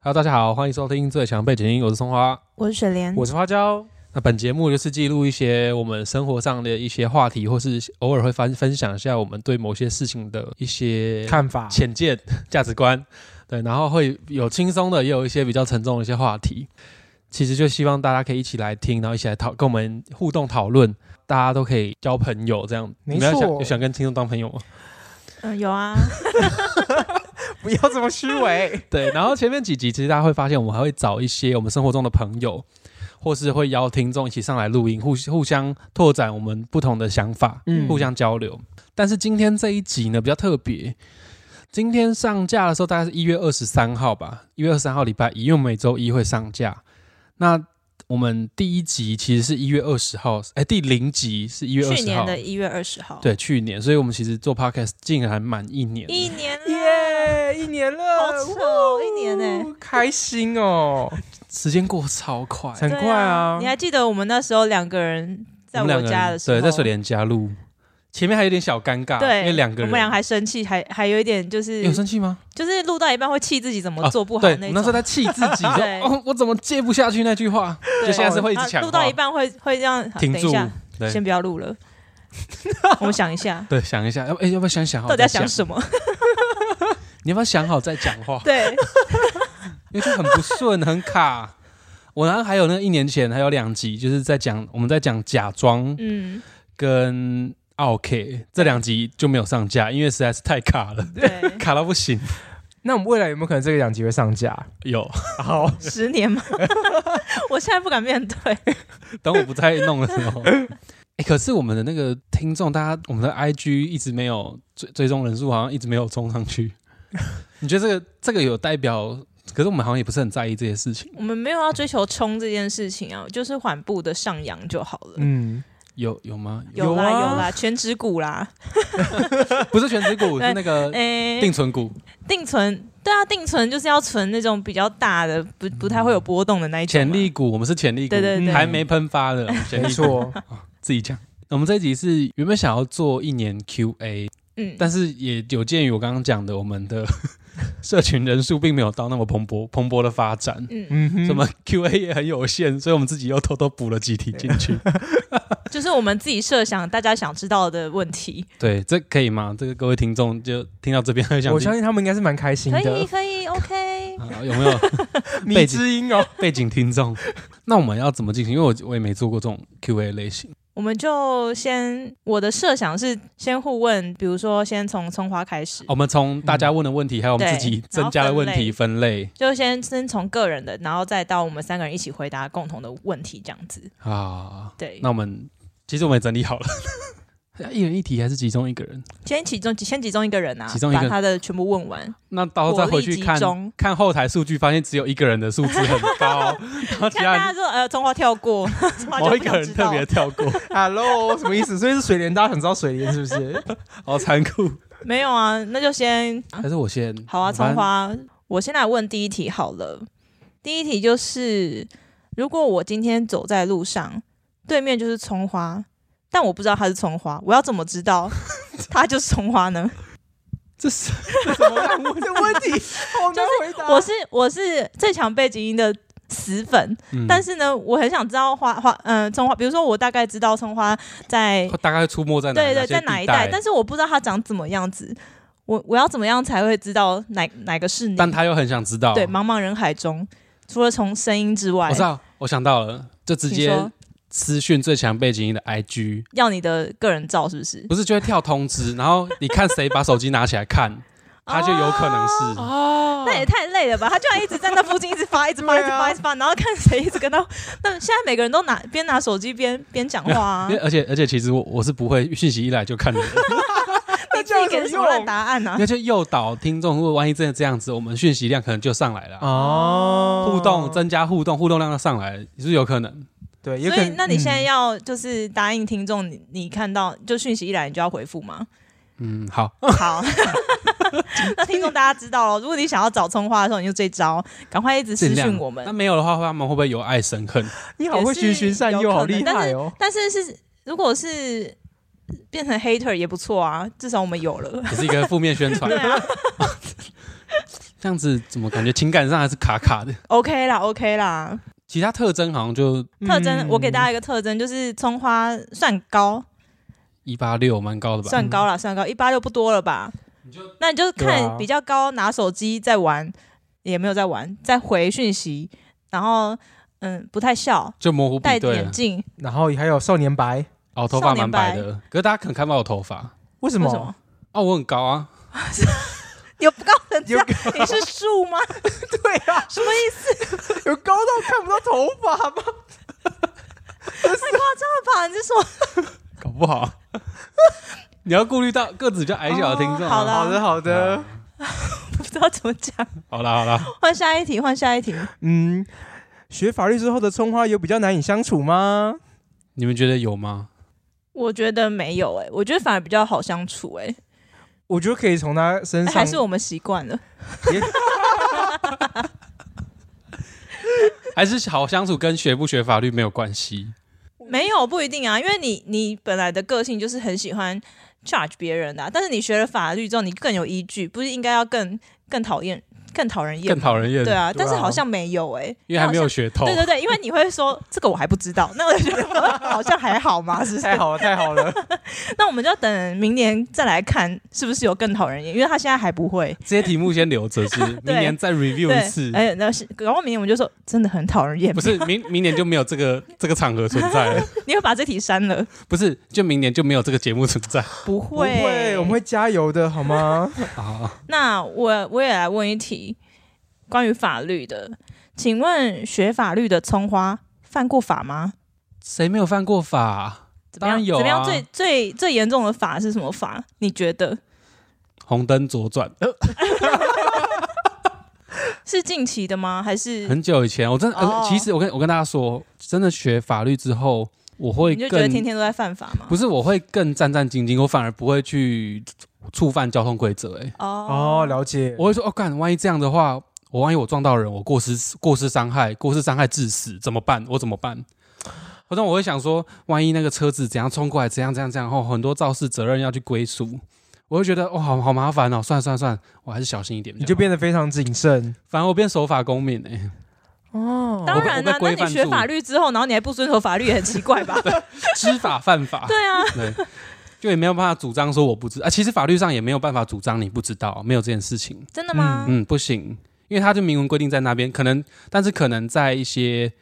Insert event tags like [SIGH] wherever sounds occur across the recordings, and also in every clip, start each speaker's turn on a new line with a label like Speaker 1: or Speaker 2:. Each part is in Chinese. Speaker 1: Hello，大家好，欢迎收听最强背景音，我是松花，
Speaker 2: 我是水莲，
Speaker 3: 我是花椒，
Speaker 1: 那本节目就是记录一些我们生活上的一些话题，或是偶尔会分分享一下我们对某些事情的一些
Speaker 3: 看法
Speaker 1: 浅见、价值观。对，然后会有轻松的，也有一些比较沉重的一些话题。其实就希望大家可以一起来听，然后一起来讨跟我们互动讨论，大家都可以交朋友这样。
Speaker 3: 没
Speaker 1: 你们要想
Speaker 3: 错
Speaker 1: 有想跟听众当朋友吗？。
Speaker 2: 嗯，有啊，
Speaker 3: 不要这么虚伪
Speaker 2: [LAUGHS]
Speaker 1: 对，然后前面几集其实大家会发现，我们还会找一些我们生活中的朋友，或是会邀听众一起上来录音，互互相拓展我们不同的想法，
Speaker 3: 嗯
Speaker 1: 互相交流。但是今天这一集呢比较特别，今天上架的时候大概是一月二十三号吧，一月二十三号礼拜一，因为我们每周一会上架。那我们第一集其实是一月二十号，哎，第零集是一月二
Speaker 2: 去
Speaker 1: 十
Speaker 2: 年
Speaker 1: 号，
Speaker 2: 的一月二十号，，
Speaker 1: 对，去年，所以我们其实做 podcast 竟然满一年了，
Speaker 2: 一年了，
Speaker 3: 耶，一年
Speaker 2: 啊好
Speaker 3: 了，
Speaker 2: 扯哦
Speaker 3: 呜
Speaker 2: 一年欸，
Speaker 3: 开心
Speaker 1: [LAUGHS]
Speaker 3: 哦，
Speaker 1: 时间过超快，
Speaker 3: 很
Speaker 2: 对
Speaker 3: 快啊
Speaker 2: 你还记得我们那时候两个人在
Speaker 1: 我们
Speaker 2: 我
Speaker 1: 两个
Speaker 2: 家
Speaker 1: 人
Speaker 2: 的时候，
Speaker 1: 对，在水莲家录，前面还有点小尴尬，
Speaker 2: 对，
Speaker 1: 因为两个人，
Speaker 2: 我们俩还生气，还还有一点就是
Speaker 1: 有生气吗？
Speaker 2: 就是录到一半会气自己怎么
Speaker 1: 啊
Speaker 2: 做不好
Speaker 1: 对，我
Speaker 2: 那
Speaker 1: 那时候
Speaker 2: 种，
Speaker 1: 在气自
Speaker 2: [LAUGHS]
Speaker 1: 己，说
Speaker 2: 对
Speaker 1: 哦，我怎么接不下去那句话，
Speaker 2: 对
Speaker 1: 就现在是会一
Speaker 2: 啊
Speaker 1: 直抢话，
Speaker 2: 录到一半会会这样，好
Speaker 1: 停
Speaker 2: 等一
Speaker 1: 住
Speaker 2: 下，
Speaker 1: 对
Speaker 2: 先不要录
Speaker 1: [LAUGHS]
Speaker 2: 了，我们想一下
Speaker 1: 对，想一下，要不哎，要不要想想好
Speaker 2: 到底
Speaker 1: 再
Speaker 2: 要
Speaker 1: 讲
Speaker 2: 想？什么，？
Speaker 1: 你要不要想好再讲话 [LAUGHS]
Speaker 2: 对，
Speaker 1: 因为就很不顺，很卡。我然后还有那个一年前还有两集，就是在讲我们在讲假装
Speaker 2: 嗯，
Speaker 1: [LAUGHS] 跟 OK 这两集就没有上架，因为实在是太卡了，，
Speaker 2: 对
Speaker 1: 卡到不行。
Speaker 3: 那我们未来有没有可能这个两集会上架？
Speaker 1: 有，
Speaker 3: 好，
Speaker 2: 十年
Speaker 1: [LAUGHS]
Speaker 2: 嘛，我现在不敢面对，
Speaker 1: 等我不再弄的
Speaker 3: [LAUGHS]
Speaker 1: 时候。哎、可是我们的那个听众，大家我们的 IG 一直没有追追踪人数，好像一直没有冲上去。 [LAUGHS] 你觉得这个这个有代表？可是我们好像也不是很在意这些事情，
Speaker 2: 我们没有要追求冲这件事情啊，就是缓步的上扬就好了。
Speaker 3: 嗯，
Speaker 1: 有有吗？
Speaker 2: 有啦
Speaker 3: 有啊
Speaker 2: 有啦，全指股啦，
Speaker 1: 不是全职股，是那
Speaker 2: [LAUGHS]
Speaker 1: 个
Speaker 2: 诶、
Speaker 1: 呃定存股，
Speaker 2: 定存，对啊，定存就是要存那种比较大的，不不太会有波动的那一种嘛。
Speaker 1: 嗯潜力股，我们是潜力股，
Speaker 2: 对对嗯对
Speaker 1: 还没喷发
Speaker 2: [LAUGHS]
Speaker 1: 的，潜
Speaker 3: 没
Speaker 1: 力股， [LAUGHS]
Speaker 3: 错，
Speaker 1: 自己讲。我们这一集是原本想要做一年 QA，
Speaker 2: 嗯，
Speaker 1: 但是也有鉴于我刚刚讲的，我们的 [LAUGHS] 社群人数并没有到那么蓬勃蓬勃的发展，
Speaker 2: 嗯，
Speaker 3: 嗯哼
Speaker 1: 什么 Q&A 也很有限，所以我们自己又偷偷补了几题进去。
Speaker 2: 就是我们自己设想大家想知道的问题，
Speaker 1: [LAUGHS] 对，这可以吗？这个各位听众就听到这边，很想
Speaker 3: 我
Speaker 1: 听
Speaker 3: 相信他们应该是蛮开心
Speaker 2: 可以
Speaker 3: 的。
Speaker 2: 可以，OK。
Speaker 1: 啊有没有
Speaker 3: 迷之音哦，
Speaker 1: 背景听众？ [LAUGHS] 那我们要怎么进行？因为我我也没做过这种 Q&A 类型。哦
Speaker 2: 我们就先我的设想是先互问，比如说先从葱花开始，
Speaker 1: 我们从大家问的问题，还有我们
Speaker 2: 嗯对
Speaker 1: 自己增加的问题分类
Speaker 2: 就先先从个人的，然后再到我们三个人一起回答共同的问题，这样子。
Speaker 1: 啊。
Speaker 2: 对，
Speaker 1: 那我们其实我们也整理好了。 [LAUGHS] 一人一题还是集中一个人？
Speaker 2: 先其中先其中一个人啊，
Speaker 1: 其中一个
Speaker 2: 把他的全部
Speaker 1: [LAUGHS]
Speaker 2: 问完，
Speaker 1: 那到时候再回去
Speaker 2: 火力集
Speaker 1: 看
Speaker 2: 中
Speaker 1: 看后台数据，发现只有一个人的数值很
Speaker 2: [LAUGHS]
Speaker 1: 高，然后其他
Speaker 2: 看大
Speaker 1: 人
Speaker 2: 家说呃，中华跳过， [LAUGHS] 中华就
Speaker 1: 某一
Speaker 2: 不
Speaker 1: 个
Speaker 2: 想
Speaker 1: 人
Speaker 2: 知
Speaker 1: 特
Speaker 2: 道
Speaker 1: 别跳
Speaker 2: [LAUGHS]
Speaker 1: 过，
Speaker 3: Hello，什么意思？所以是水莲，大家想知道水莲是不
Speaker 2: [LAUGHS]
Speaker 3: 是？
Speaker 1: 好残酷。
Speaker 2: 没有啊，那就先
Speaker 1: [LAUGHS] 还是我先
Speaker 2: 好啊，
Speaker 1: 反
Speaker 2: 葱
Speaker 1: 正
Speaker 2: 花，我先来问第一题好了。第一题就是，如果我今天走在路上，对面就是葱花，但我不知道他是葱花，我要怎么
Speaker 1: [LAUGHS]
Speaker 2: 知道他就是葱花呢？
Speaker 1: 这是
Speaker 3: 怎么烂问这问题？好难回答。
Speaker 2: 我是我是最强背景音的死粉，
Speaker 1: 嗯
Speaker 2: 但是呢，我很想知道花花嗯葱花，比如说我大概知道葱花在
Speaker 1: 它大概出没在哪
Speaker 2: 对对，
Speaker 1: 些
Speaker 2: 在哪
Speaker 1: 地
Speaker 2: 一
Speaker 1: 带
Speaker 2: 带？？但是我不知道它长怎么样子，我我要怎么样才会知道哪哪个是你？
Speaker 1: 但他又很想知道。
Speaker 2: 对，茫茫人海中，除了从声音之外
Speaker 1: 我知，道，我想到了，就直
Speaker 2: 你
Speaker 1: 接
Speaker 2: 说
Speaker 1: 私讯最强背景音的 IG，
Speaker 2: 要你的个人照是不是？
Speaker 1: 不是就会跳通知， [LAUGHS] 然后你看谁把手机拿起来
Speaker 2: [LAUGHS]
Speaker 1: 看，他就有可能是。
Speaker 3: 哦
Speaker 2: 那也太累了吧！他就要一直在那附近一直发，一直发，一
Speaker 3: 对啊
Speaker 2: 直发，一直发，然后看谁一直跟他。那现在每个人都拿边拿手机边边讲话啊
Speaker 1: 因为，而且而且，其实我我是不会讯息一来就看的
Speaker 2: [LAUGHS]
Speaker 1: 人，
Speaker 2: 你自己给的什么烂答案
Speaker 1: 因
Speaker 2: 啊？
Speaker 1: 为就诱导听众，如果万一真的这样子，我们讯息量可能就上来了啊，
Speaker 3: 哦，
Speaker 1: 互动增加互动，互动量要上来，是不是有可能？
Speaker 3: 对，有
Speaker 2: 所
Speaker 3: 可
Speaker 2: 以
Speaker 3: 能，
Speaker 2: 那你现在
Speaker 3: 嗯
Speaker 2: 要就是答应听众，你你看到就讯息一来，你就要回复吗？
Speaker 1: 嗯，好，
Speaker 2: 好， [LAUGHS] 那听众大家知道了。如果你想要找葱花的时候，你就这招，赶快一直私
Speaker 1: 尽量
Speaker 2: 讯我们
Speaker 1: 那。没有的话，他们会不会有爱生恨？ [LAUGHS]
Speaker 3: 你好会循循善
Speaker 2: 也是
Speaker 3: 诱，
Speaker 2: 有
Speaker 3: 好
Speaker 2: 可能
Speaker 3: 厉害哦。
Speaker 2: 但是是如果是变成 hater 也不错啊，至少我们有了。
Speaker 1: 也是一个负面宣传
Speaker 2: 对。啊，
Speaker 1: 这样子怎么感觉情感上还是卡卡
Speaker 2: [LAUGHS]
Speaker 1: 的？
Speaker 2: OK 啦，OK 啦。
Speaker 1: 其他特征好像就
Speaker 2: 特征、我给大
Speaker 3: 家
Speaker 2: 家一个特征，就是葱花算高，
Speaker 1: 一八六，蛮高的吧？
Speaker 2: 算高啦，算高，一八六不多了吧？那你就
Speaker 1: 对啊
Speaker 2: 看比较高，拿手机在玩，也没有在玩，在回讯息，然后嗯，不太笑，
Speaker 1: 就模糊
Speaker 2: 戴
Speaker 1: 比对啊
Speaker 2: 眼
Speaker 1: 了。
Speaker 2: 镜，
Speaker 3: 然后还有少年白，
Speaker 1: 哦，头发
Speaker 2: 少年
Speaker 1: 蛮白的，可是大家可能看不到我头发。
Speaker 3: 为什
Speaker 2: 为
Speaker 3: 么？
Speaker 2: 什么？
Speaker 1: 哦，我很高啊，
Speaker 2: 有高的这
Speaker 3: 有
Speaker 2: 样，你是树吗？
Speaker 3: 对啊，
Speaker 2: 什么意思？
Speaker 3: [LAUGHS] 有高到看不到头发吗？
Speaker 2: 爸，你是说
Speaker 1: 搞不好 [LAUGHS] 你要顾虑到个子比较矮小的听众、啊
Speaker 2: 哦好啦
Speaker 3: [LAUGHS] 好的，好的，
Speaker 1: 啊
Speaker 2: 不知道怎么讲？
Speaker 1: 好啦好啦，
Speaker 2: 换下一题，换下一题。
Speaker 3: 嗯，学法律之后的葱花有比较难以相处吗？
Speaker 1: 你们觉得有吗？
Speaker 2: 我觉得没有哎、我觉得反而比较好相处哎、
Speaker 3: 我觉得可以从他身上，
Speaker 2: 还是我们习惯了。
Speaker 3: [LAUGHS] 也
Speaker 1: 还是好相处跟学不学法律没有关系？
Speaker 2: 没有不一定啊，因为你你本来的个性就是很喜欢 charge 别人的啊、但是你学了法律之后，你更有依据，不是应该要更更讨厌、更讨人厌
Speaker 1: 更
Speaker 2: 吗？
Speaker 1: 讨人厌，哦
Speaker 2: 对啊，
Speaker 3: 对啊
Speaker 2: 但是好像没有哎、
Speaker 1: 因为还没有
Speaker 2: 好
Speaker 1: 学透
Speaker 2: 像。对对对，因为你会说这个我还不知道，那我就觉得 [LAUGHS] 好像还好嘛，是不
Speaker 3: 太
Speaker 2: 是？
Speaker 3: 好了，太好了，
Speaker 2: 那我们就要等明年再来看是不是有更讨人厌，因为他现在还不会。
Speaker 1: 这些题目先留着，是
Speaker 2: [LAUGHS]
Speaker 1: 明年再 review 一次
Speaker 2: 对，。哎，那是然后明年我们就说真的很讨人厌
Speaker 1: 不，是明明年就没有这个这个场合存在了，
Speaker 2: [LAUGHS] 你会把这题删了？
Speaker 1: 不是就明年就没有这个节目存在
Speaker 2: 不
Speaker 3: [LAUGHS] 不
Speaker 2: 会，
Speaker 3: 会，我们会加油的，好吗？
Speaker 1: 啊？
Speaker 2: 那我我也来问一题关于法律的，请问学法律的葱花犯过法吗？
Speaker 1: 谁没有犯过法、
Speaker 2: 怎么
Speaker 1: 当
Speaker 2: 样？
Speaker 1: 然有啊
Speaker 2: 怎么样最最最严重的法是什么法？你觉得
Speaker 1: 红灯左转，
Speaker 2: 是近期的吗？还是
Speaker 1: 很久以前，我真的、呃
Speaker 2: 嗯哦
Speaker 1: 其实我跟我跟大家说，真的学法律之后，我会
Speaker 2: 你就觉得
Speaker 1: 更
Speaker 2: 天天都在犯法吗？
Speaker 1: 不是，我会更战战兢兢，我反而不会去触犯交通规则、欸。哎，
Speaker 3: 哦，
Speaker 2: 哦，
Speaker 3: 了解。
Speaker 1: 我会说，哦，干，万一这样的话，我万一我撞到人，我过失过失伤害，过失伤害致死怎么办？我怎么办？或者我会想说，万一那个车子怎样冲过来，怎样怎样怎样，后很多肇事责任要去归属，我会觉得哦，好好麻烦哦，算了算了算了，我还是小心一点比较
Speaker 3: 你
Speaker 1: 好。
Speaker 3: 就变得非常谨慎
Speaker 1: 反而我变守法公民哎、欸
Speaker 3: 哦
Speaker 2: 当然啦、
Speaker 1: 我被我被规
Speaker 2: 那
Speaker 1: 范
Speaker 2: 你学
Speaker 1: 住
Speaker 2: 法律之后，然后你还不遵守法律，也很奇怪
Speaker 1: [LAUGHS]
Speaker 2: 吧？
Speaker 1: 知法犯法。
Speaker 2: [LAUGHS] 对啊，
Speaker 1: 对，就也没有办法主张说我不知啊。其实法律上也没有办法主张你不知道，没有这件事情。
Speaker 2: 真的吗？
Speaker 1: 嗯，不行，因为它就明文规定在那边，可能但是可能在一些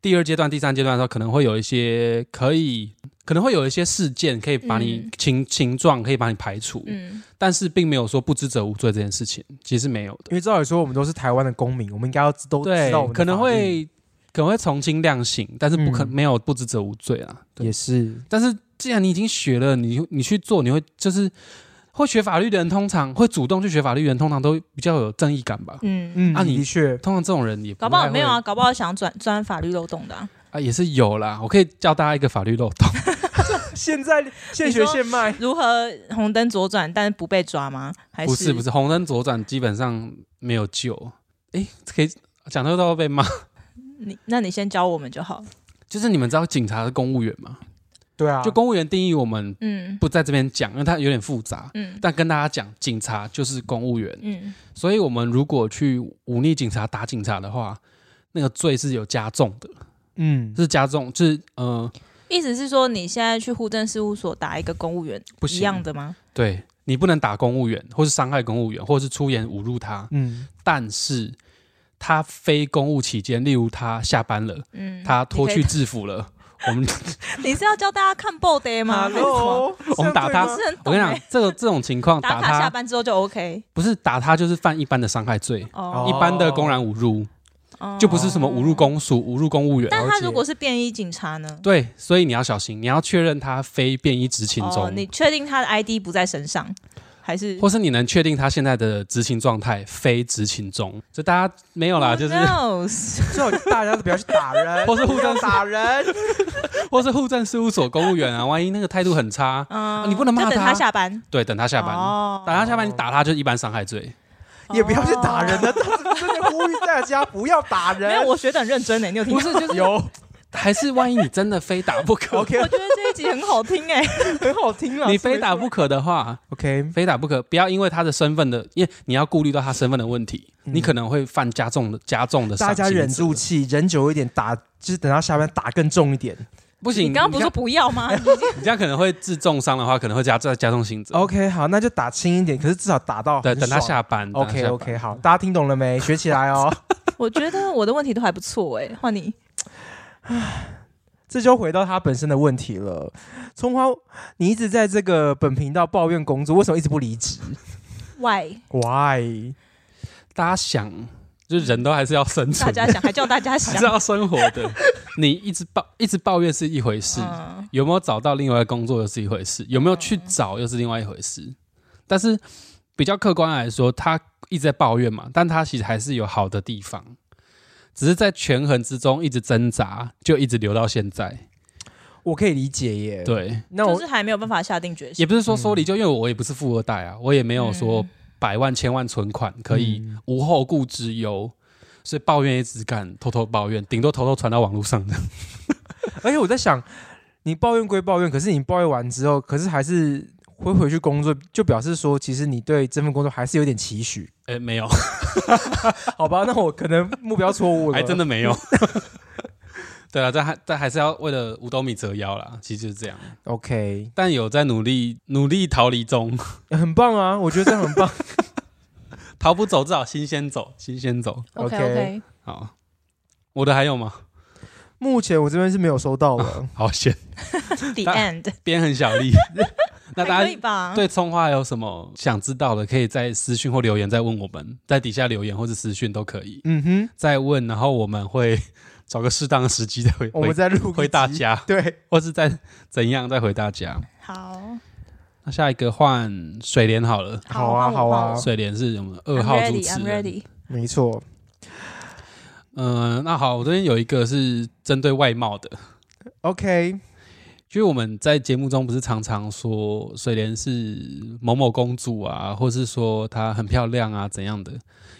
Speaker 1: 第二阶段、第三阶段的时候，可能会有一些可以，可能会有一些事件可以把你
Speaker 2: 嗯
Speaker 1: 情情状可以把你排除，
Speaker 2: 嗯
Speaker 1: 但是并没有说不知者无罪这件事情，其实没有的。
Speaker 3: 因为照理说我们都是台湾的公民，我们应该要知都知
Speaker 1: 对
Speaker 3: 道我们的
Speaker 1: 可
Speaker 3: 法律，
Speaker 1: 能会可能会从轻量刑，但是不可、
Speaker 3: 嗯
Speaker 1: 没有不知者无罪啊。对
Speaker 3: 也是
Speaker 1: 但是既然你已经学了，你你去做，你会就是会学法律的人，通常会主动去学法律的人，通常都比较有正义感吧。
Speaker 2: 嗯
Speaker 3: 嗯，
Speaker 1: 啊你 [LAUGHS]
Speaker 3: 的确
Speaker 1: 通常这种人也
Speaker 2: 搞不好
Speaker 1: 太会
Speaker 2: 没有啊，搞不好想转钻法律漏洞的、啊。
Speaker 1: 啊，也是有啦。我可以教大家一个法律漏洞，
Speaker 3: 现在现学现卖，
Speaker 2: 如何红灯左转但是不被抓吗？还
Speaker 1: 不是不是，红灯左转基本上没有救。诶，可以讲到都会被骂。 [LAUGHS]
Speaker 2: 你那你先教我们就好。
Speaker 1: 就是你们知道警察是公务员吗？
Speaker 3: 对啊，
Speaker 1: 就公务员定义我们
Speaker 2: 嗯
Speaker 1: 不在这边讲，因为它有点复杂。
Speaker 2: 嗯
Speaker 1: 但跟大家讲，警察就是公务员，
Speaker 2: 嗯，
Speaker 1: 所以我们如果去忤逆警察、打警察的话，那个罪是有加重的。
Speaker 3: 嗯，
Speaker 1: 是加重，就是呃，
Speaker 2: 意思是说你现在去户政事务所打一个公务员
Speaker 1: 不
Speaker 2: 一
Speaker 1: 行
Speaker 2: 样的吗？
Speaker 1: 对你不能打公务员，或是伤害公务员，或是出言侮辱他。
Speaker 3: 嗯，
Speaker 1: 但是他非公务期间，例如他下班了，
Speaker 2: 嗯，
Speaker 1: 他脱
Speaker 2: 你
Speaker 1: 去制服了，我们
Speaker 2: 可以你是要教大家看 b o day
Speaker 1: 啊
Speaker 2: 吗？还是什么
Speaker 3: 喽，
Speaker 1: [LAUGHS] 我们打他
Speaker 3: 这样
Speaker 2: 不是很
Speaker 1: 我
Speaker 2: 懂
Speaker 1: 跟你
Speaker 2: 欸
Speaker 1: 讲，这个这种情况打
Speaker 2: 打卡下
Speaker 1: 他
Speaker 2: 班之后就 OK
Speaker 1: 不是打他就是犯一般的伤害罪，
Speaker 2: 哦
Speaker 1: 一般的公然侮辱，
Speaker 2: 哦
Speaker 1: 就不是什么侮辱公署、侮辱公务员。哦
Speaker 2: 但
Speaker 3: 了
Speaker 2: 他
Speaker 3: 解
Speaker 2: 如果是便衣警察呢？
Speaker 1: 对，所以你要小心，你要确认他非便衣执勤
Speaker 2: 哦，你
Speaker 1: 中，
Speaker 2: 确定他的 ID 不在身上，还是
Speaker 1: 或是你能确定他现在的执勤状态非执勤中。就大家没有啦，
Speaker 2: Who
Speaker 1: 就是
Speaker 2: knows？
Speaker 3: 吗最好大家都不要去
Speaker 1: [LAUGHS]
Speaker 3: 打人，
Speaker 1: 或是互相
Speaker 3: 不要打人，
Speaker 1: 或是户政事务所公务员啊，万一那个态度很差，[LAUGHS]
Speaker 2: 嗯，
Speaker 1: 你不能骂
Speaker 2: 就等
Speaker 1: 他
Speaker 2: 他下班。
Speaker 1: 对，等他下班，
Speaker 2: 哦，
Speaker 1: 等他下班你打他就是一般伤害罪。哦
Speaker 3: 也不要去打
Speaker 1: 啊
Speaker 2: 哦
Speaker 3: 人了，真的呼吁大家不要打人。
Speaker 2: 没有，我学的很认真呢。你有听
Speaker 1: 不
Speaker 2: 到？
Speaker 1: 是，就是
Speaker 3: 有
Speaker 1: 还是万一你真的非打不可，
Speaker 3: [LAUGHS]
Speaker 2: [LAUGHS]
Speaker 3: OK，
Speaker 2: 我觉得这一集很好听哎、
Speaker 3: 很好听啊。
Speaker 1: 你
Speaker 3: 是没
Speaker 1: 非打
Speaker 3: 错
Speaker 1: 不可的话，
Speaker 3: OK，
Speaker 1: [LAUGHS] 非打不可，不要因为他的身份的，因为你要顾虑到他身份的问题，
Speaker 3: 嗯
Speaker 1: 你可能会犯加重的加重的。
Speaker 3: 大家忍住，气，忍久一点，打就是等到下班打更重一点。
Speaker 1: [LAUGHS] 不行，
Speaker 2: 你刚刚不是说不
Speaker 1: [LAUGHS]
Speaker 2: 要吗？你已经
Speaker 1: 你这样可能会致重伤的话，可能会加再加重刑责。
Speaker 3: OK，好，那就打轻一点，可是至少打到
Speaker 1: 对，
Speaker 3: 很
Speaker 1: 等他
Speaker 3: 爽
Speaker 1: 下班。等他
Speaker 3: OK
Speaker 1: 下班
Speaker 3: OK，好，大家听懂了没？学起来
Speaker 1: [LAUGHS]
Speaker 3: 哦。
Speaker 2: 我觉得我的问题都还不错哎、换你。
Speaker 3: 这就回到他本身的问题了。葱花，你一直在这个本频道抱怨工作，为什么一直不
Speaker 1: [LAUGHS]
Speaker 3: 离职
Speaker 2: Why？
Speaker 3: ？Why？
Speaker 1: 大家想，就人都还是要生
Speaker 2: 大
Speaker 1: 存，
Speaker 2: 家想，还叫大家
Speaker 1: 还 [LAUGHS] 是啊
Speaker 2: 想。
Speaker 1: 要生活的。你一直抱一直抱怨是一回事，
Speaker 2: 嗯
Speaker 1: 有没有找到另外一个工作又是一回事，有没有去找又是另外一回事。但是比较客观来说，他一直在抱怨嘛，但他其实还是有好的地方，只是在权衡之中一直挣扎，就一直留到现在。
Speaker 3: 我可以理解耶。，
Speaker 1: 对，
Speaker 3: 那我、
Speaker 2: 就是还没有办法下定决心。
Speaker 1: 也不是说说离就，因为我也不是富二代啊，我也没有
Speaker 2: 嗯
Speaker 1: 说百万千万存款可以
Speaker 3: 嗯
Speaker 1: 无后顾之忧。所以抱怨也只敢偷偷抱怨，顶多偷偷传到网络上的。
Speaker 3: [LAUGHS] 而且我在想，你抱怨归抱怨，可是你抱怨完之后，可是还是会回去工作，就表示说，其实你对这份工作还是有点期
Speaker 1: [LAUGHS]
Speaker 3: 许，
Speaker 1: 哎、没有，
Speaker 3: 好吧？那我可能目标错误了。
Speaker 1: 还哎真的没
Speaker 3: [LAUGHS]
Speaker 1: 有。 [LAUGHS] 对啊，但还但还是要为了五斗米折腰啦，其实就是这样。
Speaker 3: OK，
Speaker 1: 但有在努力努力逃离中，[LAUGHS]
Speaker 3: 哎很棒啊，我觉得这样很棒。
Speaker 1: 逃不走，至少新鲜走，新鲜走。
Speaker 2: OK
Speaker 3: OK
Speaker 2: OK，
Speaker 1: 好，我的还有吗？ [LAUGHS]
Speaker 3: 目前我这边是没有收到的。
Speaker 1: 好险，
Speaker 2: The
Speaker 1: 大
Speaker 2: end，
Speaker 1: 边很小
Speaker 3: [LAUGHS]
Speaker 1: 力。那
Speaker 2: 还
Speaker 1: 大
Speaker 2: 可以
Speaker 1: 家
Speaker 2: 吧？
Speaker 1: 对葱花有什么想知道的，可以在私讯或留言再问我们，在底下留言或者私讯都可以
Speaker 3: 嗯哼，
Speaker 1: 再问，然后我们会 [LAUGHS] 找个适当的时机再回
Speaker 3: 我们
Speaker 1: 回
Speaker 3: 再录一
Speaker 1: 回大
Speaker 3: 集。
Speaker 1: 家，
Speaker 3: 对，
Speaker 1: 或是再怎样再回大家。
Speaker 2: 好，
Speaker 1: 那下一个换水莲好了，
Speaker 3: 好啊好啊
Speaker 2: 换我
Speaker 1: 水莲是我们
Speaker 2: 换我
Speaker 1: 二号
Speaker 2: I'm
Speaker 1: 主
Speaker 2: ready,
Speaker 1: 持
Speaker 2: I'm
Speaker 1: 人。
Speaker 2: ready。
Speaker 3: 没错。
Speaker 1: 嗯、那好，我这边有一个是针对外貌的，
Speaker 3: OK，
Speaker 1: 因为我们在节目中不是常常说水莲是某某公主啊，或是说她很漂亮啊怎样的，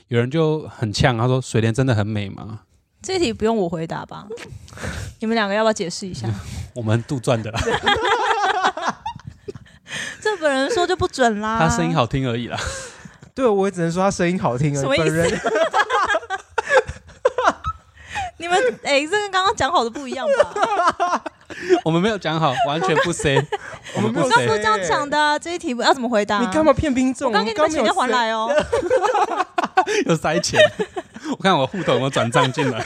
Speaker 1: 有人就很呛，他说水莲真的很美吗？
Speaker 2: 这题不用我回答
Speaker 1: [LAUGHS]
Speaker 2: 吧？你们两个要不要解释一下？
Speaker 1: 我们杜撰
Speaker 2: [LAUGHS]
Speaker 1: 的啦，
Speaker 2: 这本人说就不准啦。
Speaker 1: 她声音，好听而已啦。 [LAUGHS]
Speaker 3: 对我也只能说他声音好听而
Speaker 2: 什
Speaker 3: 已。
Speaker 2: 么意思啊
Speaker 3: 本人
Speaker 2: [LAUGHS] 你们哎，这跟刚刚讲好的不一样吧？
Speaker 1: 我们没有讲好，完全不 say，我们
Speaker 3: 没有
Speaker 1: 不
Speaker 2: 我刚
Speaker 3: 谁
Speaker 2: 不 [LAUGHS]
Speaker 1: say。
Speaker 2: 是这样讲的啊，这一题要怎么回答？
Speaker 3: 你干？嘛骗兵众？
Speaker 2: 我刚
Speaker 3: 我
Speaker 2: 给你们
Speaker 3: 没
Speaker 2: 钱
Speaker 3: 有
Speaker 2: 要还
Speaker 3: 说。
Speaker 2: 来哦。
Speaker 1: 有塞钱，我看我户头有没有转账进来，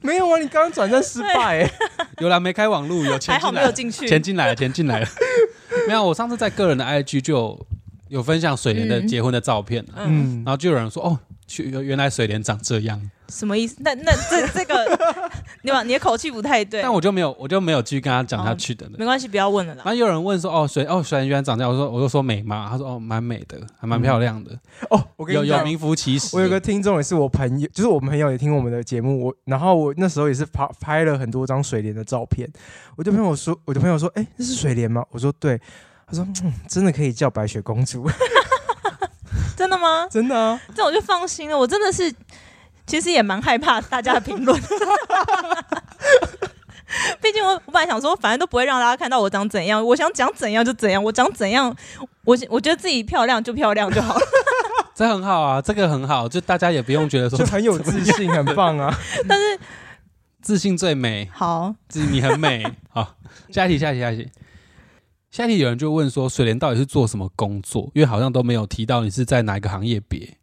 Speaker 3: 没有啊，你刚刚转账失败、欸。
Speaker 1: 有啦，没开网路，有钱
Speaker 2: 还好
Speaker 1: 进
Speaker 2: 没
Speaker 1: 来
Speaker 2: 有
Speaker 1: 了，
Speaker 2: 进去。
Speaker 1: 钱进来了，钱进来了。 [LAUGHS] 没有，我上次在个人的 IG 就有有分享水莲的
Speaker 2: 嗯
Speaker 1: 结婚的照片啊，
Speaker 2: 嗯，
Speaker 3: 嗯
Speaker 1: 然，后就有人说哦，去原来水莲长这样。
Speaker 2: 什么意思？那那这这个， [LAUGHS] 你把你的口气不太对
Speaker 1: 但。我就没有，我就没有继续跟他讲下去的了。
Speaker 2: 没关系，不要问了
Speaker 1: 然
Speaker 2: 啦。
Speaker 1: 后有人问说：“哦，水哦，水原来长这样。”我说：“我就说美吗？”他说：“哦，蛮美的，还蛮漂亮的，
Speaker 3: 哦，嗯我跟
Speaker 1: 有
Speaker 3: 你讲
Speaker 1: 有，名副其实。”
Speaker 3: 我有个听众也是我朋友，就是我们朋友也听我们的节目，我然后我那时候也是拍拍了很多张水莲的照片。我就朋友说，我的朋友说，哎、这是水莲吗？我说对。他说、嗯，真的可以叫白雪公主， [LAUGHS]
Speaker 2: 真的吗？
Speaker 3: 真的啊。
Speaker 2: 这我就放心了。我真的是，其实也蛮害怕大家的评论。 [LAUGHS] 毕竟我我本来想说，反正都不会让大家看到我长怎样，我想讲怎样就怎样，我长怎样，我我觉得自己漂亮就漂亮就好了。
Speaker 1: 这很好啊，这个很好，就大家也不用觉得说
Speaker 3: 就很有自信，很
Speaker 2: [LAUGHS]
Speaker 3: 棒啊！
Speaker 2: 但是
Speaker 1: 自信最美，
Speaker 2: 好，
Speaker 1: 自你很
Speaker 2: [LAUGHS]
Speaker 1: 美。好，下一题，下一题，下一题。下一题有人就问说，水莲到底是做什么工作？因为好像都没有提到你是在哪一个行业别，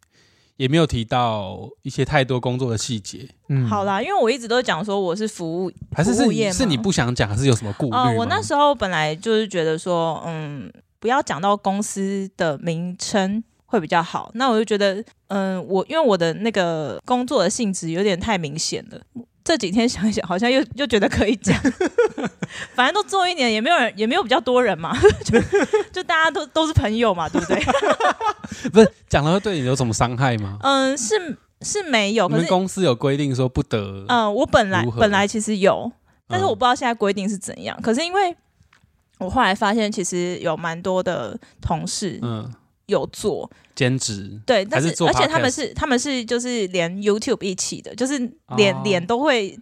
Speaker 1: 也没有提到一些太多工作的细节。
Speaker 3: 嗯，
Speaker 2: 好，啦，因为我一直都讲说我是服务
Speaker 1: 还是是
Speaker 2: 服务业
Speaker 1: 你
Speaker 2: 吗
Speaker 1: 是你不想讲，还是有什么顾虑吗、
Speaker 2: 哦，我那时候本来就是觉得说，嗯，不要讲到公司的名称会比较好。那我就觉得，嗯，我因为我的那个工作的性质有点太明显了。这几天想一想，好像又又觉得可以讲， [LAUGHS] 反正都做一年，也没有人，也没有比较多人嘛， [LAUGHS] 就就大家都都是朋友嘛，对不对？ [LAUGHS]
Speaker 1: 不是讲了会对你有什么伤害吗？
Speaker 2: 嗯，是是没有，
Speaker 1: 你
Speaker 2: 哦可
Speaker 1: 们
Speaker 2: 是
Speaker 1: 公司有规定说不得，
Speaker 2: 嗯，我本来
Speaker 1: 如何
Speaker 2: 本来其实有，但是我
Speaker 1: 嗯
Speaker 2: 不知道现在规定是怎样。可是因为我后来发现，其实有蛮多的同事
Speaker 1: 嗯
Speaker 2: 有做，
Speaker 1: 兼职
Speaker 2: 对，但
Speaker 1: 还是做
Speaker 2: 而且
Speaker 1: podcast
Speaker 2: 他们是他们是就是连 YouTube 一起的，就是脸、
Speaker 1: 哦
Speaker 2: 脸都会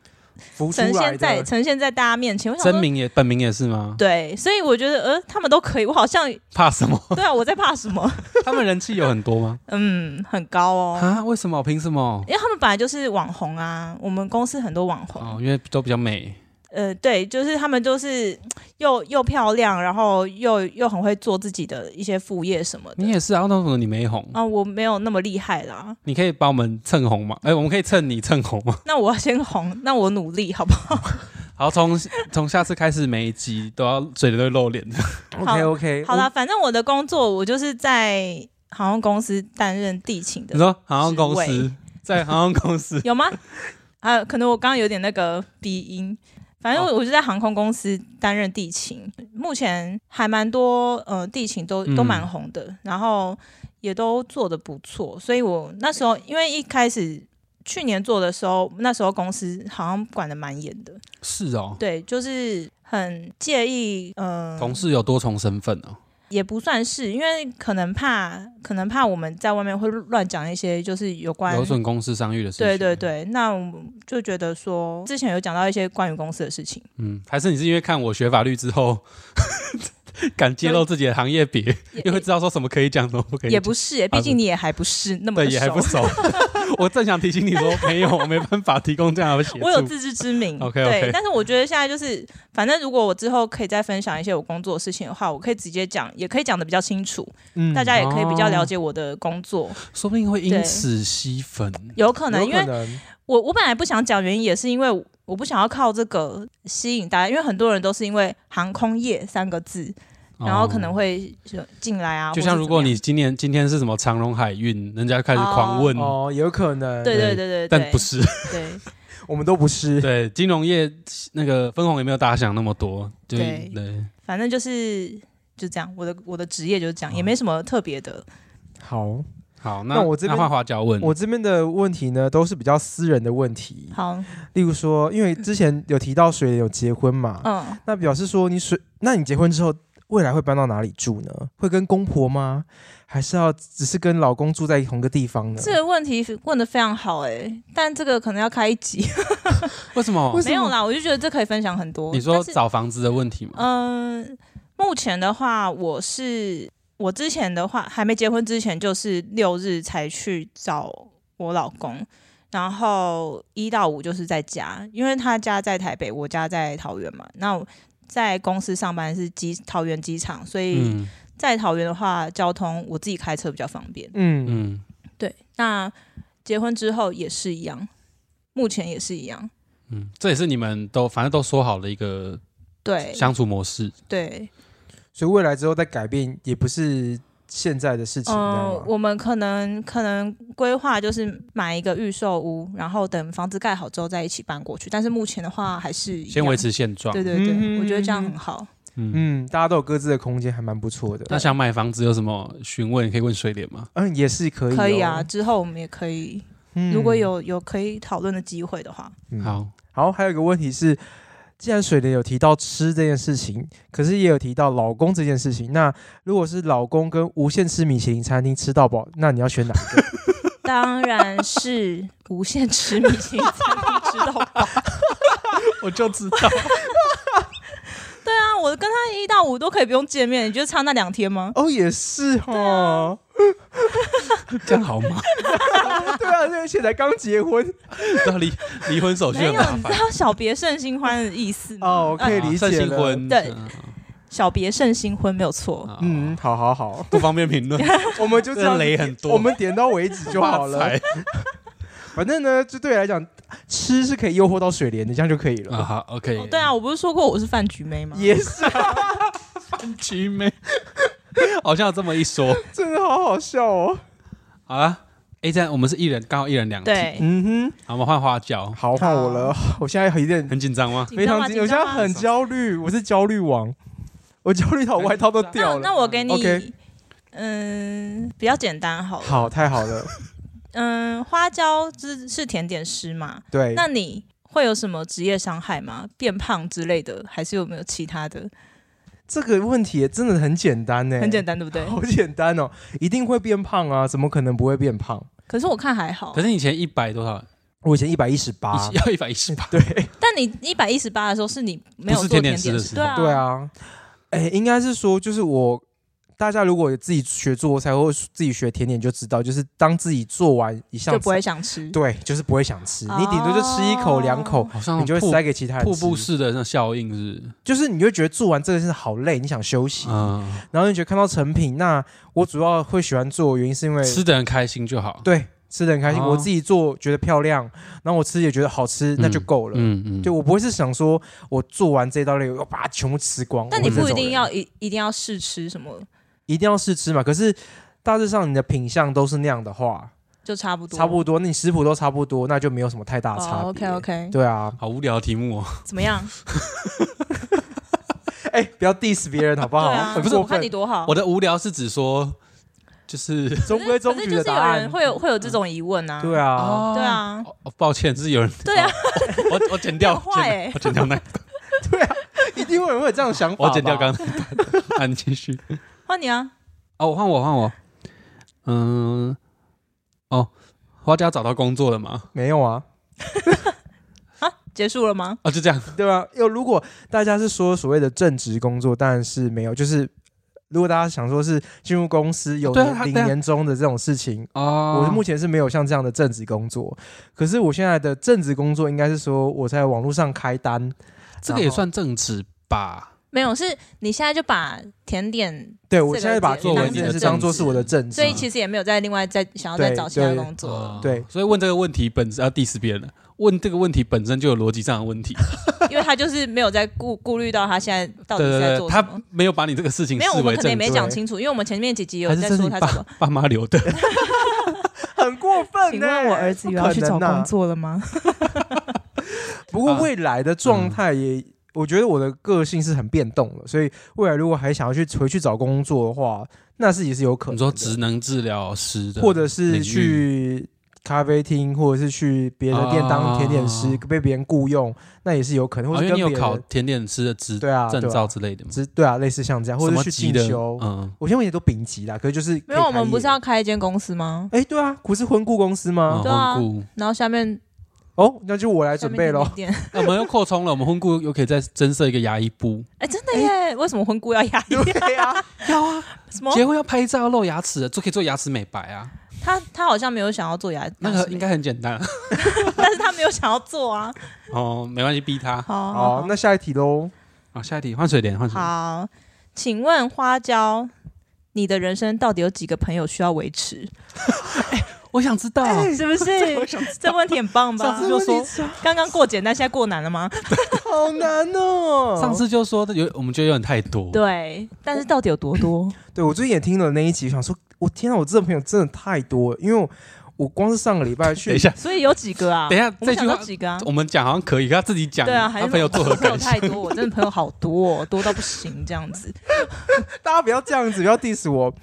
Speaker 3: 浮出
Speaker 2: 呈
Speaker 3: 来
Speaker 2: 现在
Speaker 3: 的。
Speaker 2: 呈现在大家面前。我想
Speaker 1: 真
Speaker 2: 说，
Speaker 1: 名也本名也是吗？
Speaker 2: 对，所以我觉得呃，他们都可以。我
Speaker 1: [LAUGHS]
Speaker 2: 好像
Speaker 1: 怕什么？
Speaker 2: 对啊，我在怕什么？
Speaker 1: 他们人气有很多吗？
Speaker 2: 嗯，很高哦，
Speaker 1: 啊，为什么？凭什么？
Speaker 2: 因为他们本来就是网红啊。我们公司很多网红，
Speaker 1: 哦，因为都比较美，
Speaker 2: 呃，对，就是他们就是又又漂亮，然后又又很会做自己的一些副业什么的。
Speaker 1: 你也是啊，那为什么你没红？
Speaker 2: 啊，我没有那么厉害啦。
Speaker 1: 你可以帮我们蹭红吗？哎、我们可以蹭你蹭红
Speaker 2: [LAUGHS]
Speaker 1: 吗？
Speaker 2: 那我要先红，那我努力好不好？
Speaker 1: 好，从从下次开始，每一集都要嘴里都会露
Speaker 2: [LAUGHS]
Speaker 1: 脸的。
Speaker 3: OK OK，
Speaker 2: 好啦，反正我的工作我就是在航空公司担任地勤
Speaker 1: 你
Speaker 2: 的，
Speaker 1: 说航空公
Speaker 2: 职
Speaker 1: 司在航空公
Speaker 2: [LAUGHS]
Speaker 1: 司
Speaker 2: 有吗？啊，可能我刚刚有点那个鼻音。反
Speaker 1: 哦
Speaker 2: 正我我就在航空公司担任地勤，目前还蛮多呃地勤都都
Speaker 1: 嗯
Speaker 2: 蛮红的，然后也都做的不错，所以我那时候因为一开始去年做的时候，那时候公司好像管的蛮严的，
Speaker 1: 是哦，
Speaker 2: 对，就是很介意，嗯、
Speaker 1: 同事有多重身份哦。
Speaker 2: 也不算是，因为可能怕，可能怕我们在外面会乱讲一些就是有关
Speaker 1: 有，损公司商誉的事情。啊
Speaker 2: 对对，对，那我们就觉得说之前有讲到一些关于公司的事情，
Speaker 1: 嗯，还是你是因为看我学法律之后， [LAUGHS] 敢揭露自己的行业别，
Speaker 2: 也
Speaker 1: 因为知道说什么可以讲，什么不可以
Speaker 2: 也
Speaker 1: 讲。
Speaker 2: 不是、欸，毕竟你也还不是那么
Speaker 1: 啊对，
Speaker 2: 的
Speaker 1: 也还
Speaker 2: 熟
Speaker 1: 不，熟。 [LAUGHS] 我正想提醒你
Speaker 2: [LAUGHS]
Speaker 1: 说，没有，我没办法提供这样的协助。
Speaker 2: 我有自知
Speaker 1: [LAUGHS]
Speaker 2: 之明
Speaker 1: OK，OK
Speaker 2: 对，但是我觉得现在就是，反正如果我之后可以再分享一些我工作的事情的话，我可以直接讲，也可以讲的比较清楚，
Speaker 3: 嗯
Speaker 2: 大家也可以比较
Speaker 1: 哦
Speaker 2: 了解我的工作，
Speaker 1: 说不定会因
Speaker 2: 对
Speaker 1: 此吸粉。
Speaker 2: 有可能
Speaker 3: 有
Speaker 2: 因
Speaker 3: 可
Speaker 2: 为
Speaker 3: 能
Speaker 2: 我我本来不想讲原因，也是因为我不想要靠这个吸引大家，因为很多人都是因为航空业三个字，然后可能
Speaker 1: 会。
Speaker 2: 会进来啊。
Speaker 1: 哦就像
Speaker 2: 或是
Speaker 1: 如果
Speaker 2: 怎么
Speaker 1: 你
Speaker 2: 样
Speaker 1: 今年今天是什么长荣海运，人家开始狂问，
Speaker 3: 哦，有可能，
Speaker 2: 嗯对对
Speaker 1: 对
Speaker 2: 对对，
Speaker 1: 但不
Speaker 3: [LAUGHS]
Speaker 1: 是，
Speaker 2: 对
Speaker 3: 我们都不是。
Speaker 1: 对金融业那个分红也没有大家想那么多，就
Speaker 2: 对
Speaker 1: 对，
Speaker 2: 反正就是就这样。我的我的职业就是这样，
Speaker 1: 哦
Speaker 2: 也没什么特别的。
Speaker 3: 好，
Speaker 2: 嗯
Speaker 1: 好，那
Speaker 3: 那我这边
Speaker 1: 那换华侨问，
Speaker 3: 我这边的问题呢，都是比较私人的问题，
Speaker 2: 好，
Speaker 3: 例如说，因为之前有提到水莲有结婚
Speaker 1: 哦
Speaker 3: 嘛，
Speaker 2: 嗯，
Speaker 3: 那表示说你水，那你结婚之后未来会搬到哪里住呢？会跟公婆吗？还是要只是跟老公住在同个地方呢？
Speaker 2: 这个问题问的非常好哎、但这个可能要开一集。
Speaker 1: 为什么？
Speaker 2: 没有啦，我就觉得这可以分享很多。
Speaker 1: 你说
Speaker 2: 但是
Speaker 1: 找房子的问题吗？
Speaker 2: 嗯、目前的话，我是我之前的话，还没结婚之前，就是六日才去找我老公，然后一到五就是在家，因为他家在台北，我家在桃园嘛。那我在公司上班是机桃园机场，所以
Speaker 1: 嗯
Speaker 2: 在桃园的话，交通我自己开车比较方便。
Speaker 3: 嗯，
Speaker 1: 嗯
Speaker 2: 对，那结婚之后也是一样，目前也是一样。
Speaker 1: 嗯，这也是你们都反正都说好的一个
Speaker 2: 对
Speaker 1: 相处模式，
Speaker 2: 对，
Speaker 3: 所以未来之后再改变也不是现在的事情，这样
Speaker 2: 嗯
Speaker 3: 吗，
Speaker 2: 我们可能可能规划就是买一个预售屋，然后等房子盖好之后再一起搬过去。但是目前的话还是一
Speaker 1: 先
Speaker 2: 样
Speaker 1: 维。持现状
Speaker 2: 对。对对，
Speaker 3: 嗯
Speaker 2: 我觉得这样很好。
Speaker 1: 嗯，
Speaker 3: 嗯，大家都有各自的空间，还蛮不错的。
Speaker 1: 那想买房子有什么询问？可以问水莲吗？
Speaker 3: 嗯，也是可以、哦
Speaker 2: 可以啊，，之后我们也可以，
Speaker 3: 嗯
Speaker 2: 如果、有有可以讨论的机会的话，
Speaker 3: 嗯 [LAUGHS]
Speaker 1: 好，
Speaker 3: 好，还有一个问题是，既然水莲有提到吃这件事情，可是也有提到老公这件事情，那如果是老公跟无限吃米其林餐厅吃到饱，那你要选哪一个？
Speaker 2: 当然是无限吃米其林餐厅吃到饱。
Speaker 1: 我就知道，
Speaker 2: 对啊，我跟他一到五都可以不用见面，你觉得差那两天吗？
Speaker 3: 哦，也是哦，
Speaker 1: [LAUGHS] 这样好
Speaker 3: [LAUGHS]
Speaker 1: 吗？
Speaker 3: 对啊，而且才刚结婚
Speaker 1: 那离离婚手续
Speaker 2: 没
Speaker 1: 很
Speaker 2: 有，
Speaker 1: 麻
Speaker 2: 你知
Speaker 1: 烦。
Speaker 2: 道小别胜新欢的意思吗？
Speaker 3: 哦，我可以理
Speaker 1: 啊
Speaker 3: 解
Speaker 1: 圣
Speaker 3: 了。
Speaker 1: 新婚，
Speaker 2: 对
Speaker 1: 嗯，
Speaker 2: 小别胜新婚没有错。
Speaker 1: 嗯，
Speaker 3: 嗯，好好好，
Speaker 1: 不方便评论，
Speaker 3: 我们就这样
Speaker 1: 这，雷很多，
Speaker 3: 我们点到为止 [LAUGHS] 就好
Speaker 1: 发
Speaker 3: 了
Speaker 1: 财。
Speaker 3: 反正呢，就对你来讲，吃是可以诱惑到水莲的，这样就可以
Speaker 1: 啊，
Speaker 3: 了。
Speaker 1: 好，OK，
Speaker 2: 哦对啊，我不是说过我是饭局妹吗？
Speaker 3: 也是啊，
Speaker 1: 奇美，好像有这么一说。 [LAUGHS]
Speaker 3: 真的好好笑哦。
Speaker 1: 好了，哎，这样我们是一人，刚好一人两题，
Speaker 2: 对，
Speaker 3: 嗯
Speaker 1: 好，我们换花椒
Speaker 3: 哼，，好，换我了，我现在有点
Speaker 1: 很紧张吗？
Speaker 2: 紧
Speaker 3: 非
Speaker 2: 张
Speaker 3: 常
Speaker 2: 吗
Speaker 3: 紧，我
Speaker 2: 紧
Speaker 3: 现在
Speaker 2: 张吗
Speaker 3: 很焦虑，我是焦虑王，我焦虑到我外套都
Speaker 2: 那
Speaker 3: 掉了。
Speaker 2: 那我给你
Speaker 3: OK
Speaker 2: 嗯，比较简单好了。
Speaker 3: 好，太好了，
Speaker 2: 嗯，花椒是是甜点师嘛？
Speaker 3: 对，
Speaker 2: 那你会有什么职业伤害吗？变胖之类的，还是有没有其他的？
Speaker 3: 这个问题也真的很简单欸呢，
Speaker 2: 很简单，对不对？
Speaker 3: 好简单哦，一定会变胖啊，怎么可能不会变胖？
Speaker 2: 可是我看还好
Speaker 1: 可。是你以前一百多少？
Speaker 3: 我以前一百一十八，
Speaker 1: 一要一百一十八，
Speaker 3: [LAUGHS] 对
Speaker 2: 但你一百一十八的时候，是你没有
Speaker 1: 不
Speaker 2: 做
Speaker 1: 是甜点
Speaker 2: 点
Speaker 1: 师的时候
Speaker 2: 对啊，
Speaker 3: 对，啊，哎、应该是说就是我。大家如果有自己学做菜或自己学甜点，就知道，就是当自己做完一项
Speaker 2: 就不会想吃。
Speaker 3: 对，就是不会想吃，你顶多就吃一口两口，
Speaker 1: 好像
Speaker 3: 你就会
Speaker 1: 哦嗯瀑
Speaker 3: 塞给其他人
Speaker 1: 瀑
Speaker 3: 吃
Speaker 1: 布式的那效应是不
Speaker 3: 就是你就会觉得做完这个真的好累，你想休息，
Speaker 1: 是，嗯，
Speaker 3: 然后你觉得看到成品。那我主要会喜欢做，原因是因为
Speaker 1: 吃的人开心就好。，
Speaker 3: 对吃的很开心，
Speaker 1: 哦
Speaker 3: 我自己做觉得漂亮，然后我吃也觉得好吃，那就够了。
Speaker 1: 嗯嗯，
Speaker 3: 对，我不会是想说我做完这道料，我要把它全部吃光。
Speaker 2: 但你
Speaker 3: 我是
Speaker 2: 不
Speaker 3: 这
Speaker 2: 一
Speaker 3: 种
Speaker 2: 定
Speaker 3: 人
Speaker 2: 要一一定要试吃什么，
Speaker 3: 一定要试吃嘛。可是大致上你的品相都是那样的话，
Speaker 2: 就差不多，
Speaker 3: 差不多，那你食谱都差不多，那就没有什么太大的啊差别。
Speaker 2: 哦、OK OK，
Speaker 3: 对啊，
Speaker 1: 好无聊的题目哦。
Speaker 2: 怎么样？
Speaker 3: 哎、不要 diss 别人好哎不
Speaker 2: 对
Speaker 3: 好？
Speaker 2: 啊，
Speaker 3: 很
Speaker 2: 我
Speaker 3: 过
Speaker 2: 看
Speaker 3: 分
Speaker 2: 你。多好。
Speaker 1: 我的无聊是指说，就是
Speaker 3: 中规中
Speaker 2: 可是
Speaker 3: 矩
Speaker 2: 就
Speaker 3: 的
Speaker 2: 是
Speaker 3: 答
Speaker 2: 有
Speaker 3: 案嗯
Speaker 2: 人。会有会有这种疑问啊。
Speaker 3: 对啊，
Speaker 2: 对，啊，
Speaker 1: 哦哦抱歉，是有人
Speaker 2: 对啊，
Speaker 1: [LAUGHS] 我我剪
Speaker 2: [LAUGHS]
Speaker 1: 掉，
Speaker 2: 你很坏
Speaker 1: 剪
Speaker 2: 欸
Speaker 1: 我剪掉那，
Speaker 3: 对啊，一定会有人会有这样的想法吧。
Speaker 1: 我剪掉刚才那一段。 [LAUGHS] 那你继续。
Speaker 2: 换你啊，
Speaker 1: 哦，换我换我。嗯，哦，花家找到工作了吗？
Speaker 3: 没有啊，
Speaker 2: 结束了吗？
Speaker 1: 哦，就这样。
Speaker 3: 对啊，又如果大家是说所谓的正职工作，当然是没有，就是。如果大家想说是进入公司有
Speaker 1: 对啊
Speaker 3: 年
Speaker 1: 他
Speaker 3: 领
Speaker 1: 对啊
Speaker 3: 年终的这种事情，
Speaker 1: 哦
Speaker 3: 我目前是没有像这样的正职工作。可是我现在的正职工作应该是说我在网络上开单，
Speaker 1: 这个也算正职吧？
Speaker 2: 没有，是你现在就把甜点，
Speaker 3: 对我
Speaker 2: 这个
Speaker 3: 现在把
Speaker 2: 解
Speaker 3: 做
Speaker 1: 当
Speaker 3: 文
Speaker 1: 成
Speaker 3: 这件事
Speaker 1: 正
Speaker 3: 当做
Speaker 1: 职
Speaker 3: 是我的正职
Speaker 2: 所以。其实也没有再另外再想要再
Speaker 3: 对哦
Speaker 2: 找其他
Speaker 3: 对
Speaker 2: 工作了，
Speaker 3: 对，
Speaker 1: 呃所以问这个问题本质要 diss 别人了。问这个问题本身就有逻辑上的问题，
Speaker 2: 因为他就是没有在顾 [LAUGHS] 顾虑到他现在到
Speaker 1: 对
Speaker 2: 底
Speaker 1: 对
Speaker 2: 在
Speaker 1: 对，
Speaker 2: 做什
Speaker 1: 他
Speaker 2: 么。
Speaker 1: 没有把你这个事情
Speaker 2: 没有，
Speaker 1: 视
Speaker 2: 我们
Speaker 1: 为
Speaker 2: 可能
Speaker 1: 正
Speaker 2: 也没
Speaker 1: 职，
Speaker 2: 讲清楚，因为我们前面几集有
Speaker 1: 还是
Speaker 2: 在
Speaker 1: 这是
Speaker 2: 说
Speaker 1: 你
Speaker 2: 他怎么
Speaker 1: [LAUGHS] 爸。爸妈留的？
Speaker 3: 很过
Speaker 2: [LAUGHS]
Speaker 3: 分、欸。
Speaker 2: 请问我儿子有
Speaker 3: 不
Speaker 2: 要
Speaker 3: 可
Speaker 2: 去找
Speaker 3: 能啊
Speaker 2: 工作了吗？
Speaker 3: 不过
Speaker 1: 啊
Speaker 3: 未来的状态也，我觉得我的个性是很变动了，所以未来如果还想要去回去找工作的话，那是也是有可能
Speaker 1: 你
Speaker 3: 的。
Speaker 1: 说职能治疗师的，
Speaker 3: 或者是
Speaker 1: 领域
Speaker 3: 去咖啡厅，或者是去别的店当甜点师，
Speaker 1: 啊
Speaker 3: 被别人雇佣，那也是有可能。或
Speaker 1: 哦，
Speaker 3: 者
Speaker 1: 因
Speaker 3: 跟
Speaker 1: 为你有
Speaker 3: 别
Speaker 1: 考
Speaker 3: 人
Speaker 1: 甜点师的执
Speaker 3: 对啊
Speaker 1: 证
Speaker 3: 对啊
Speaker 1: 照之类的嘛，
Speaker 3: 只对啊，类似像这样，或
Speaker 1: 什
Speaker 3: 者
Speaker 1: 么
Speaker 3: 是去
Speaker 1: 级
Speaker 3: 进
Speaker 1: 的？
Speaker 3: 修。
Speaker 1: 嗯，
Speaker 3: 我现在也都丙级啦，可是就是
Speaker 2: 没有，
Speaker 3: 可以
Speaker 2: 我们
Speaker 3: 开
Speaker 2: 不是
Speaker 3: 业
Speaker 2: 要开一间公司吗？
Speaker 3: 哎，对啊，不是婚顾公司吗？
Speaker 2: 对啊
Speaker 1: 嗯婚顾
Speaker 2: 然后下面
Speaker 3: 哦，那就我来
Speaker 2: 下
Speaker 3: 准
Speaker 2: 面
Speaker 3: 备
Speaker 2: 甜
Speaker 3: 喽
Speaker 2: 点。店，
Speaker 3: [LAUGHS]
Speaker 1: 那啊我们又扩充了，我们婚顾又可以再增设一个牙医部，
Speaker 2: 哎，真的耶！为什么婚顾要压抑？
Speaker 3: 对啊，
Speaker 1: 要啊，
Speaker 2: [LAUGHS] 什么？
Speaker 1: 结婚要拍照露牙齿的，就可以做牙齿美白
Speaker 2: [LAUGHS]
Speaker 1: 啊，
Speaker 2: 他他好像没有想要做牙，
Speaker 1: 那
Speaker 2: 牙
Speaker 1: 个
Speaker 2: 齿
Speaker 1: 应该很简单 [LAUGHS]
Speaker 2: 美，但是他没有想要做啊。
Speaker 1: 哦，没关系，逼他。
Speaker 2: 好好
Speaker 3: 好，那下一题
Speaker 2: 哦
Speaker 3: 喽。
Speaker 1: 好，下一题换水莲，换水莲。
Speaker 2: 好，请问花椒，你的人生到底有几个朋友需要维持？
Speaker 1: 我想知道，
Speaker 2: 是不是？这问题很棒
Speaker 1: 上
Speaker 2: 吧
Speaker 1: 次？就说，
Speaker 2: 刚刚过简单，现在过难了吗？
Speaker 3: [LAUGHS] 好难哦。
Speaker 1: 上次就说的有，我们觉得有点太多。
Speaker 2: 对，但是到底有多多？
Speaker 3: 对我最近也听了那一集，想说，我天啊，我这朋友真的太多了，因为我我光是上个礼拜去，
Speaker 1: 等一，下，
Speaker 2: 所以有几个啊？
Speaker 1: 等一下
Speaker 2: 我们
Speaker 1: 这句话
Speaker 2: 想到几个啊？
Speaker 1: 我们讲好像可以，可他自己讲，
Speaker 2: 对啊，还
Speaker 1: 他
Speaker 2: 是
Speaker 1: 朋友做
Speaker 2: 我
Speaker 1: 何
Speaker 2: [LAUGHS] 朋友
Speaker 1: 感想？
Speaker 2: 太多，我真的朋友好多、哦，多到不行这样子。
Speaker 3: 大家不要这样子，不要 diss 我，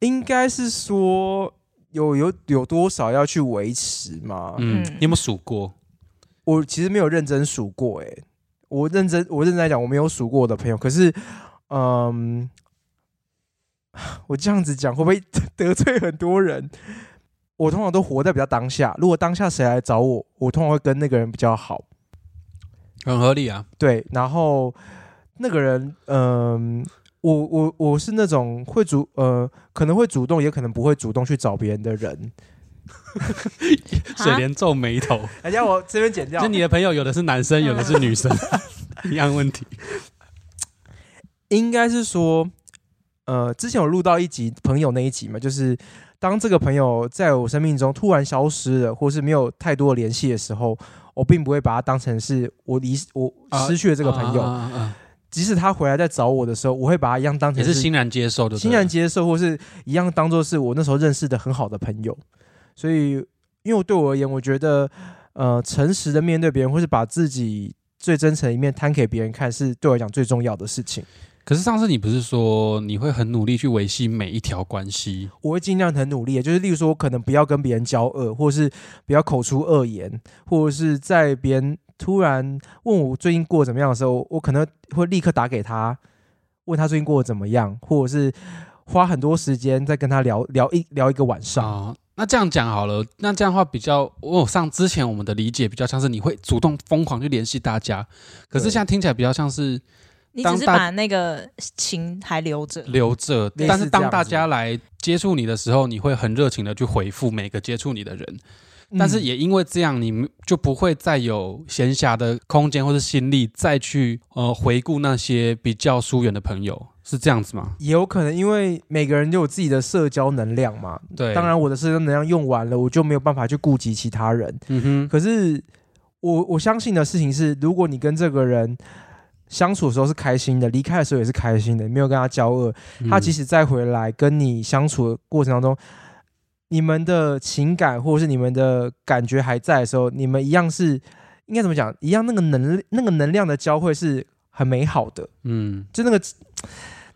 Speaker 3: 应该是说有有有多少要去维持嘛？
Speaker 1: 嗯，
Speaker 2: 嗯
Speaker 1: 你有没有数过？
Speaker 3: 我其实没有认真数过、哎，我认真我认真来讲，我没有数过我的朋友，可是，嗯。我这样子讲会不 [LAUGHS] 会得罪很多人？我通常都活在比较当下。如果当下谁来找我，我通常会跟那个人比较好。
Speaker 1: 很合理啊，
Speaker 3: 对，然后那个人，嗯、我我我是那种会主呃，可能会主动，也可能不会主动去找别人的人。
Speaker 1: [LAUGHS] 水莲皱眉头。
Speaker 3: 人家我这边剪掉
Speaker 1: 就你的朋友有的是男
Speaker 2: 嗯
Speaker 1: 生，有的是女生， [LAUGHS] 一样问题。
Speaker 3: 应该是说，呃，之前有录到一集朋友那一集嘛，就是当这个朋友在我生命中突然消失了，或是没有太多的联系的时候，我并不会把他当成是我离我
Speaker 1: 啊
Speaker 3: 失去了这个朋友，
Speaker 1: 啊啊啊啊
Speaker 3: 即使他回来再找我的时候，我会把他一样当
Speaker 1: 也
Speaker 3: 成
Speaker 1: 是欣然接受的，
Speaker 3: 欣然接受，或是一样当做是我那时候认识的很好的朋友。所以，因为我对我而言，我觉得，呃，诚实的面对别人，或是把自己最真诚的一面摊给别人看，是对我来讲最重要的事情。
Speaker 1: 可是上次你不是说你会很努力去维系每一条关系？
Speaker 3: 我会尽量很努力，就是例如说，我可能不要跟别人交恶，或是不要口出恶言，或者是在别人突然问我最近过得怎么样的时候，我可能会立刻打给他，问他最
Speaker 1: 啊
Speaker 3: 近
Speaker 1: 哦那这样讲好了，那这样的话比较，我上之前我们的理解比较像是你会主动疯狂去联系大家，可是
Speaker 3: 对
Speaker 1: 现在听起来比较像是
Speaker 2: 你
Speaker 1: 当
Speaker 2: 只是
Speaker 1: 大
Speaker 2: 把那个情还留着。
Speaker 1: 留着，
Speaker 3: 类似
Speaker 1: 但是当
Speaker 3: 这样子
Speaker 1: 大家来接触你的时候，你会很热情的去回复每个接触你的人，
Speaker 3: 嗯
Speaker 1: 但是也因为这样，你就不会再有闲暇的空间或是心力再去呃回顾那些比较疏远的朋友，是这样子吗？
Speaker 3: 也有可能，因为每个人都有自己的社交能量嘛。
Speaker 1: 对，
Speaker 3: 当，然，我的社交能量用完了，我就没有办法去顾及其他人。
Speaker 1: 嗯哼，
Speaker 3: 可是我我相信的事情是，如果你跟这个人相处的时候是开心的，离开的时候也是开心的，没有跟他交恶，他即
Speaker 1: 实
Speaker 3: 使再回来跟你相处的过程当中，你们的情感或者是你们的感觉还在的时候，你们一样是应该怎么讲？一样那个能那个能量的交汇是很美好的，
Speaker 1: 嗯
Speaker 3: 就那个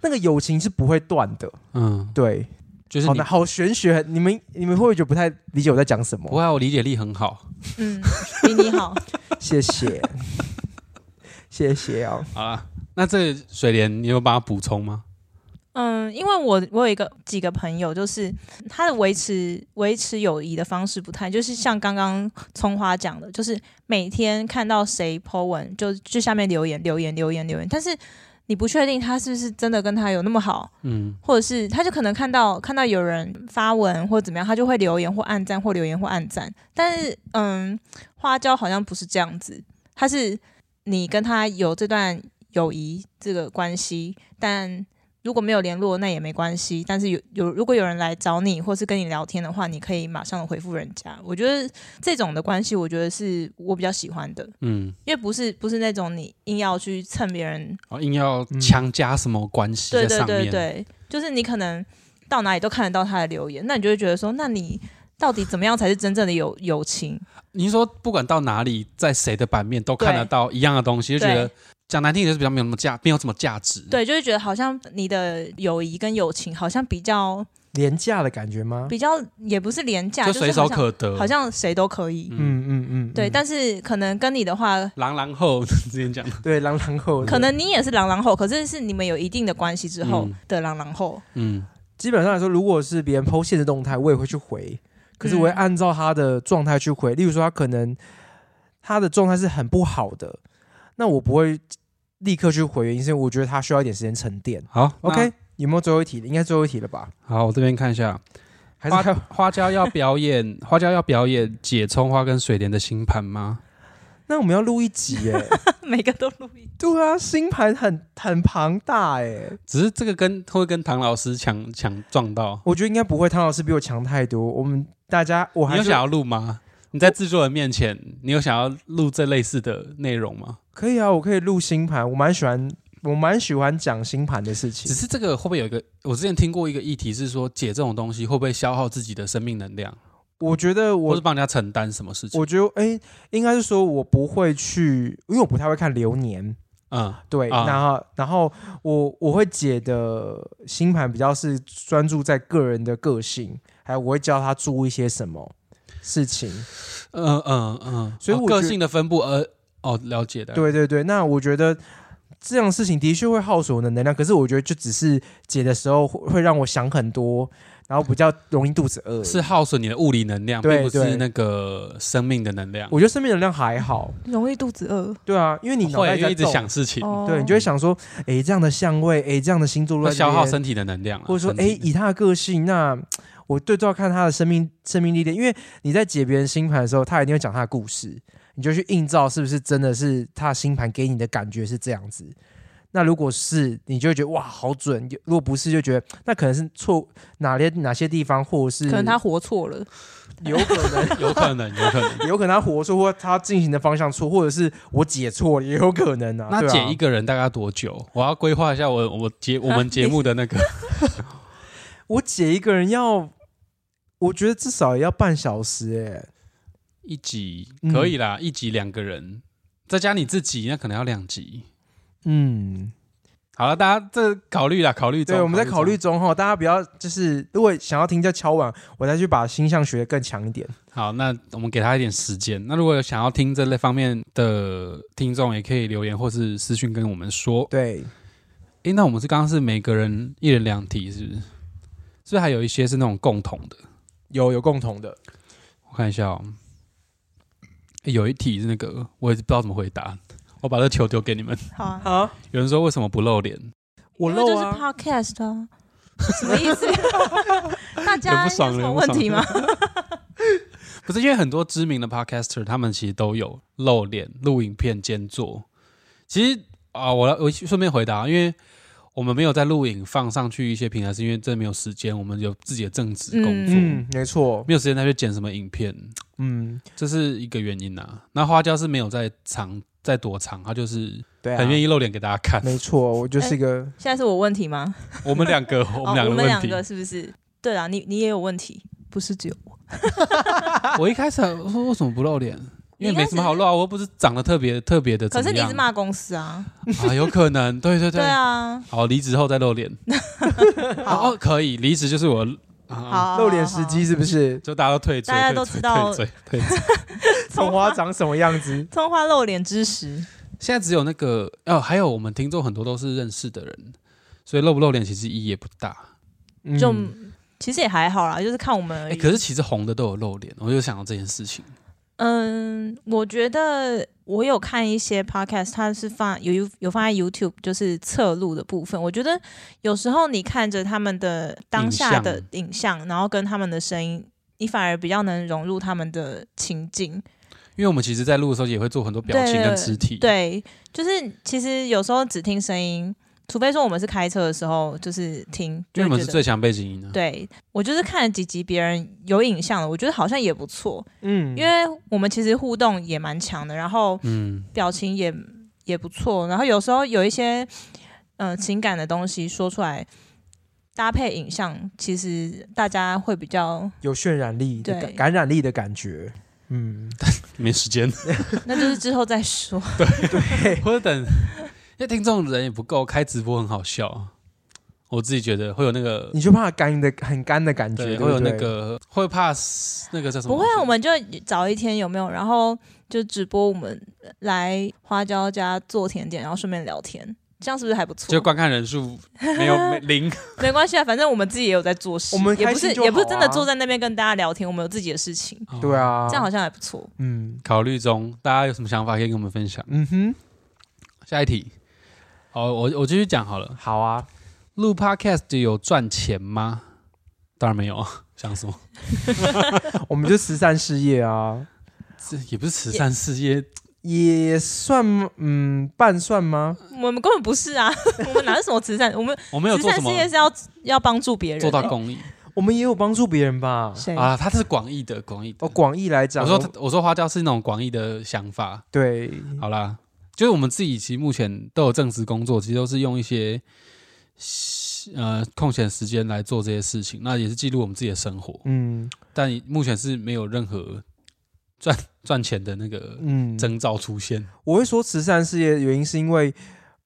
Speaker 3: 那个友情是不会断的。
Speaker 1: 嗯，
Speaker 3: 对，
Speaker 1: 就是
Speaker 3: 好
Speaker 1: 你
Speaker 3: 的，好玄学，你们你们会不会觉得不太理解我在讲什
Speaker 1: 不
Speaker 3: 么？
Speaker 1: 会啊，我理解力很好。
Speaker 2: 嗯，比你好。
Speaker 3: 谢谢， [LAUGHS] 谢谢哦。
Speaker 1: 好啦，那这个水莲，你有帮他补充吗？
Speaker 2: 嗯，因为我我有一个几个朋友，就是他的维持维持友谊的方式不太，就是像刚刚葱花讲的，就是每天看到谁 po 文，就就下面留言留言留言留言，但是你不确定他是不是真的跟他有那么好，
Speaker 1: 嗯
Speaker 2: 或者是他就可能看到看到有人发文或怎么样，他就会留言或暗赞或留言或暗赞。但是，嗯，花椒好像不是这样子，他是你跟他有这段友谊这个关系，但如果没有联络那也没关系。但是有有如果有人来找你或是跟你聊天的话，你可以马上的回复人家。我觉得这种的关系，我觉得是我比较喜欢的，
Speaker 1: 嗯，
Speaker 2: 因为不是不是那种你硬要去蹭别人
Speaker 1: 哦，硬要
Speaker 3: 嗯
Speaker 1: 强加什么关系
Speaker 2: 对
Speaker 1: 在
Speaker 2: 对
Speaker 1: 上
Speaker 2: 对
Speaker 1: 面？
Speaker 2: 对，就是你可能到哪里都看得到他的留言，那你就会觉得说，那你到底怎么样才是真正的友友情？
Speaker 1: 你说不管到哪里，在谁的版面都看得
Speaker 2: 对
Speaker 1: 到一样的东西，就觉得
Speaker 2: 对
Speaker 1: 讲难听一点就是比较没有那么价，没有什么价值。，
Speaker 2: 对，就会觉得好像你的友谊跟友情好像比较
Speaker 3: 廉价的感觉吗？
Speaker 2: 比较也不是廉价，
Speaker 1: 就
Speaker 2: 就是
Speaker 1: 随手
Speaker 2: 好像
Speaker 1: 可得，
Speaker 2: 好像谁都可以。
Speaker 1: 嗯，
Speaker 3: 嗯嗯嗯，
Speaker 2: 对，
Speaker 3: 嗯
Speaker 2: 但是可能跟你的话，
Speaker 1: 狼狼后 [LAUGHS] 之前讲的，
Speaker 3: 对狼狼后
Speaker 2: 可能你也是狼狼后，可是是你们有一定的关系之后
Speaker 1: 嗯
Speaker 2: 的狼狼后。 [LAUGHS]
Speaker 1: 嗯，
Speaker 3: 基本上来说，如果是别人剖现实动态，我也会去回，可是我会
Speaker 2: 嗯
Speaker 3: 按照他的状态去回。例如说，他可能他的状态是很不好的，那我不会立刻去回，原因是我觉得他需要一点时间沉淀。
Speaker 1: 好那
Speaker 3: OK，有没有最后一题了？应该最后一题了吧？
Speaker 1: 好，我这边看一下，
Speaker 3: 还是还有
Speaker 1: 花花椒要表演， [LAUGHS] 花椒要表演解葱花跟水莲的星盘吗？
Speaker 3: 那我们要录一集耶、
Speaker 1: [LAUGHS]
Speaker 2: 每个都录一，
Speaker 3: 对啊，星盘很很庞大哎、
Speaker 1: 只是这个跟会跟唐老师抢抢撞到，
Speaker 3: 我觉得应该不会，汤老师比我强太多。我们大家，我
Speaker 1: 你
Speaker 3: 还
Speaker 1: 有
Speaker 3: 是
Speaker 1: 想要录吗？你在制作人面前，你有想要录这类似的内容吗？
Speaker 3: 可以啊，我可以录星盘，我蛮喜欢，我蛮喜欢讲星盘的事情
Speaker 1: 只。是这个会不会有一个？我之前听过一个议题是说，解这种东西会不会消耗自己的生命能量，
Speaker 3: 我觉得
Speaker 1: 或是
Speaker 3: 我，
Speaker 1: 帮人家承担什么事情？
Speaker 3: 我觉得，哎、应该是说我不会去，因为我不太会看流年，
Speaker 1: 嗯
Speaker 3: 对，
Speaker 1: 啊
Speaker 3: 然后，然后我我会解的星盘比较是专注在个人的个性，还有我会教他做一些什么事情。
Speaker 1: 嗯嗯嗯，
Speaker 3: 所以
Speaker 1: 哦
Speaker 3: 我觉
Speaker 1: 个
Speaker 3: 得
Speaker 1: 性的分布，呃，哦，了解的，
Speaker 3: 对对对，那我觉得这样的事情的确会耗损我的能量，可是我觉得就只是解的时候会会让我想很多，然后比较容易肚子饿。
Speaker 1: 是，啊耗损你的物理能量，
Speaker 3: 对
Speaker 1: 并不是
Speaker 3: 对
Speaker 1: 那个生命的能量。
Speaker 3: 我觉得生命能量还好，
Speaker 2: 容易肚子饿。
Speaker 3: 对啊，因为你脑袋
Speaker 1: 会
Speaker 3: 在
Speaker 1: 就一直
Speaker 3: 动
Speaker 1: 想事情，
Speaker 2: 哦
Speaker 3: 对，你就会想说，诶，这样的相位，诶，这样的星座落
Speaker 1: 会
Speaker 3: 在这
Speaker 1: 消耗
Speaker 3: 边
Speaker 1: 身体的能量啊，
Speaker 3: 或者说，
Speaker 1: 身
Speaker 3: 诶，
Speaker 1: 体的
Speaker 3: 以他的个性，那我对照看他的生命生命历练，因为你在解别人星盘的时候，他一定会讲他的故事，你就去映照是不是真的是他的星盘给你的感觉是这样子。那如果是，你就会觉得哇好准；如果不是，就觉得那可能是错哪些哪些地方，或者是
Speaker 2: 可能他活错了，
Speaker 3: 有可
Speaker 1: [LAUGHS]
Speaker 3: 能
Speaker 1: 有可能，有可
Speaker 3: [LAUGHS]
Speaker 1: 能。
Speaker 3: 有可能他活错，或他进行的方向错，或者是我解错了，也有可能啊。
Speaker 1: 那
Speaker 3: 对啊
Speaker 1: 解一个人大概多久？我要规划一下我我节我们节目的那个
Speaker 3: 我解一个人要，我觉得至少也要半小时欸诶、
Speaker 1: 一集
Speaker 3: 嗯
Speaker 1: 可以啦，一集两个人，再加你自己，那可能要两集。
Speaker 3: 嗯。
Speaker 1: 好了，大家这考虑啦，考虑中
Speaker 3: 对，我们在考虑
Speaker 1: 中
Speaker 3: 中哈，大家不要就是如果想要听就敲碗，我再去把星象学得更强一点。
Speaker 1: 好，那我们给他一点时间。那如果有想要听这类方面的听众，也可以留言或是私讯跟我们说。
Speaker 3: 对，
Speaker 1: 诶，那我们是刚刚是每个人一人两题，是不是？是不是还有一些是那种共同的？
Speaker 3: 有有共同的，
Speaker 1: 我看一下、哦，诶有一题是那个我也不知道怎么回答，我把这球丢给你们。
Speaker 2: 好啊，
Speaker 3: 好，
Speaker 1: 有人说为什么不露脸？
Speaker 3: 我
Speaker 2: 因为
Speaker 3: 漏
Speaker 2: 这是
Speaker 3: 啊，
Speaker 2: podcast 啊，什么意思？ [LAUGHS] 大家
Speaker 1: 人
Speaker 2: 有
Speaker 1: 不爽
Speaker 2: 什么
Speaker 1: 人不
Speaker 2: 问
Speaker 1: 爽
Speaker 2: 题吗？
Speaker 1: [LAUGHS]
Speaker 2: [LAUGHS]
Speaker 1: 不是因为很多知名的 podcaster 他们其实都有露脸、录影片兼做。其实啊、我来我顺便回答，因为我们没有在录影放上去一些平台，是因为真的没有时间，我们有自己的正职工作，
Speaker 3: 嗯，没错，
Speaker 1: 没有时间再去剪什么影片，
Speaker 3: 嗯，
Speaker 1: 这是一个原因啊。那花椒是没有在藏，在躲藏，他就是
Speaker 3: 对啊，
Speaker 1: 很愿
Speaker 3: 意，
Speaker 1: 意露脸给大家看。
Speaker 3: 没错，我就是一个
Speaker 2: 现在是我问题吗？
Speaker 1: 我们两个，我们两个的
Speaker 2: 哦、我们
Speaker 1: 问
Speaker 2: 两
Speaker 1: 题。
Speaker 2: 个是不是？对啊，你你也有问题，不是只有我。 [LAUGHS]
Speaker 1: 我一开始还说为什么不露脸？因为没什么好露啊，我又不是长得特别特别的怎
Speaker 2: 可
Speaker 1: 么
Speaker 2: 是
Speaker 1: 样。
Speaker 2: 你一直骂公司啊？
Speaker 1: 啊，有可能，对对
Speaker 2: 对
Speaker 1: 对。
Speaker 2: 啊，
Speaker 1: [LAUGHS] 好，离职后再露脸。
Speaker 2: 好，
Speaker 1: 哦，可以，离职就是我
Speaker 2: 好
Speaker 1: 啊，
Speaker 2: 好，
Speaker 3: 露脸
Speaker 2: 哎好
Speaker 3: 时，机，是
Speaker 2: [LAUGHS]
Speaker 3: 不是？
Speaker 1: 就大家都退追，
Speaker 2: 大家
Speaker 1: 退
Speaker 2: 都
Speaker 1: 追
Speaker 2: 知道
Speaker 1: 退追退追。
Speaker 3: 葱花长什么样子？
Speaker 2: 葱花露脸之时，
Speaker 1: 现在只有那个哦，还有我们听众很多都是认识的人，所以露不露脸其实意义也不大。
Speaker 3: 嗯
Speaker 2: 就、其实也还好啦，就是看我们而
Speaker 1: 哎，
Speaker 2: 已。
Speaker 1: 可是其实红的都有露脸，我就想到这件事情。
Speaker 2: 嗯，我觉得我有看一些 podcast，它是放有有有放在 YouTube，就是侧录的部分。我觉得有时候你看着他们的当下的影像，然后跟他们的声音，你反而比较能融入他们的情境。
Speaker 1: 因为我们其实，在录的时候也会做很多表情跟肢体，，
Speaker 2: 对，就是其实有时候只听声音，除非说我们是开车的时候，就是听，
Speaker 1: 因为我
Speaker 2: 就
Speaker 1: 们
Speaker 2: 觉
Speaker 1: 是
Speaker 2: 得
Speaker 1: 最强背景音啊呢。
Speaker 2: 对我就是看了几集别人有影像的，我觉得好像也不错，
Speaker 3: 嗯
Speaker 2: 因为我们其实互动也蛮强的，然后
Speaker 1: 嗯，
Speaker 2: 表情也也不错，然后有时候有一些嗯、呃情感的东西说出来，搭配影像，其实大家会比
Speaker 3: [LAUGHS]
Speaker 2: 较，
Speaker 3: 有渲染力的
Speaker 2: 对
Speaker 3: 感感染力的感觉，嗯，
Speaker 1: 没时间，
Speaker 2: 那就是之后再
Speaker 3: [LAUGHS]
Speaker 2: 说。
Speaker 1: 或者等，因为听众人也不够，开直播很好笑。我自己觉得会有那个
Speaker 3: 你就怕干的很干的感觉，
Speaker 1: 对，
Speaker 3: 对
Speaker 1: 会有
Speaker 3: 不
Speaker 1: 那
Speaker 3: 对
Speaker 1: 个会怕那个叫什么？
Speaker 2: 不会啊，我们就找一天有没有，然后就直播我们来花椒家做甜点，然后顺便聊天，这样是不是还不错？
Speaker 1: 就观看人数没
Speaker 2: [LAUGHS]
Speaker 1: 有没零，
Speaker 2: 没关系啊，反正我们自己也有在做事，
Speaker 3: 我们
Speaker 2: 也
Speaker 3: 开
Speaker 2: 不是、
Speaker 3: 心就
Speaker 2: 也不是
Speaker 3: 好
Speaker 2: 真的
Speaker 3: 啊
Speaker 2: 坐在那边跟大家聊天，我们有自己的事情，
Speaker 3: [LAUGHS] 对，啊，
Speaker 2: 这样好像还不错。
Speaker 3: 嗯
Speaker 1: 哦考虑中，大家有什么想法可以跟我们分享？
Speaker 3: 嗯哼，
Speaker 1: 下一题，好，我我继续讲好了。
Speaker 3: 好啊，
Speaker 1: 录 podcast 有赚钱吗？当然没有，啊， [LAUGHS] 想什么？
Speaker 3: 我们就慈善事业啊，
Speaker 1: 这也不是慈善事业，
Speaker 3: 也算嗯半算吗？
Speaker 2: 我们根本不是啊， [LAUGHS] 我们哪是什么慈善？我们
Speaker 1: 我没有
Speaker 2: 慈
Speaker 1: 做
Speaker 2: 善
Speaker 1: 什
Speaker 2: 事
Speaker 1: 么
Speaker 2: 业是要要帮助别人、
Speaker 1: 做到
Speaker 3: [LAUGHS]
Speaker 2: 欸
Speaker 1: 公益
Speaker 3: 我们也有帮助别人吧？
Speaker 2: 谁？
Speaker 1: 啊，它是广义的，广义的
Speaker 3: 哎哦，。广义来讲，
Speaker 1: 我说它我说花椒是那种广义的想法，
Speaker 3: 对，
Speaker 1: 好啦，就是我们自己其实目前都有正职工作，其实都是用一些呃空闲时间来做这些事情，那也是记录我们自己的生活，
Speaker 3: 嗯
Speaker 1: 但目前是没有任何赚 [LAUGHS] 赚钱的那个
Speaker 3: 嗯，
Speaker 1: 征兆出现。
Speaker 3: 我会说慈善事业的原因是因为，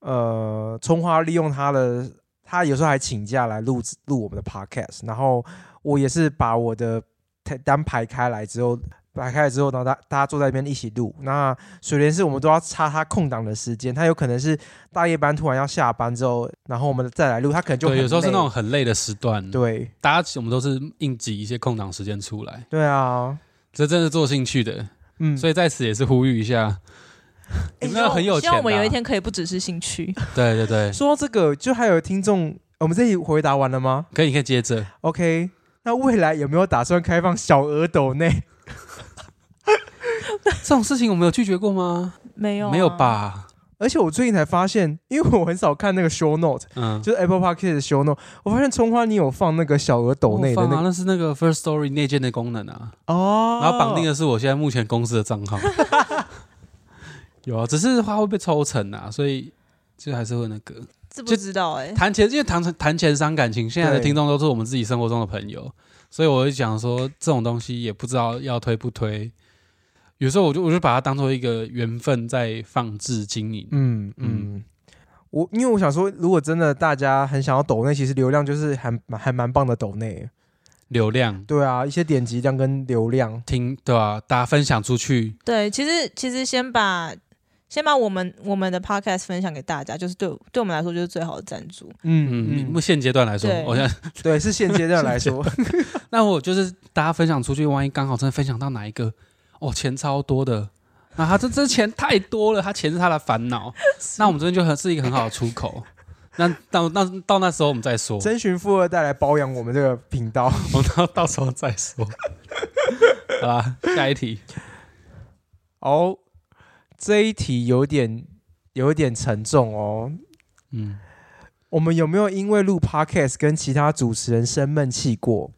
Speaker 3: 呃，葱花利用他的，他有时候还请假来录制录我们的 podcast，然后我也是把我的单单排开来之后，排开来之后，然后大大家坐在那边一起录。那水莲是我们都要插他空档的时间，他有可能是大夜班突然要下班之后，然后我们再来录，他可能就
Speaker 1: 对，
Speaker 3: 很
Speaker 1: 有时候是
Speaker 3: 累
Speaker 1: 那种很累的时段，
Speaker 3: 对
Speaker 1: 大家其实我们都是硬挤一些空档时间出来，
Speaker 3: 对啊，
Speaker 1: 这真的做兴趣的，
Speaker 3: 嗯，
Speaker 1: 所以在此也是呼吁一下，
Speaker 2: 哎
Speaker 1: 有没有很有
Speaker 2: 希
Speaker 1: 钱、啊？
Speaker 2: 望我们有一，天可以不只是兴
Speaker 3: [LAUGHS]
Speaker 2: 趣。
Speaker 1: 对对对，
Speaker 3: 说到这个，就还有听众，我们这里回答完了吗
Speaker 1: 可以，你可以接着。
Speaker 3: ？OK。那未来有没有打算开放小额斗内？ [LAUGHS]
Speaker 1: 这种事情我们有拒绝过吗？
Speaker 2: 没有、啊
Speaker 1: 没有？吧？
Speaker 3: 而且我最近才发现，因为我很少看那个 show note，
Speaker 1: 嗯，
Speaker 3: 就是 Apple Podcast 的 show note，我发现葱花你有放那个小额抖内的
Speaker 1: 我放
Speaker 3: 那
Speaker 1: 啊，
Speaker 3: 个
Speaker 1: 那是那个 First Story 内建的功能啊，
Speaker 3: 哦
Speaker 1: 然后绑定的是我现在目前公司的账号。 [LAUGHS] 有啊，只是话会被抽成啊，所以就还是会那个
Speaker 2: 知不知道、欸？哎，
Speaker 1: 谈钱，因为谈谈钱伤感情。现在的
Speaker 3: 对
Speaker 1: 听众都是我们自己生活中的朋友，所以我会讲说这种东西也不知道要推不推。有时候我就我就把它当做一个缘分在放置经营。
Speaker 3: 嗯嗯。我因为我想说，如果真的大家很想要抖内，其实流量就是还蛮还蛮棒的抖内。
Speaker 1: 流量
Speaker 3: 对啊，一些点击量跟流量，
Speaker 1: 听对吧、大家分享出去，
Speaker 2: 对，其实其实先把先把我们我们的 podcast 分享给大家，就是对对我们来说就是最好的赞助。
Speaker 3: 嗯
Speaker 1: 嗯，目现阶段来说，
Speaker 2: 对
Speaker 1: 我想 [LAUGHS]
Speaker 3: 对，是现阶段来说，
Speaker 1: 那我就是大家分享出去，万一刚好真的分享到哪一个，哦，钱超多的，那他这这钱太多了，他钱是他的烦
Speaker 3: [LAUGHS]
Speaker 1: 恼，那我们这边就很是一个很好的出口。那到那到那时候我们再说， [LAUGHS]
Speaker 3: 征询富二代来包养我们这个频道。
Speaker 1: 我们到到时候再
Speaker 3: [LAUGHS]
Speaker 1: 说。好啦，下一题，
Speaker 3: 哦，这一题有点有点沉重哦。
Speaker 1: 嗯，
Speaker 3: 我们有没有因为录 podcast 跟其他主持人生闷气过？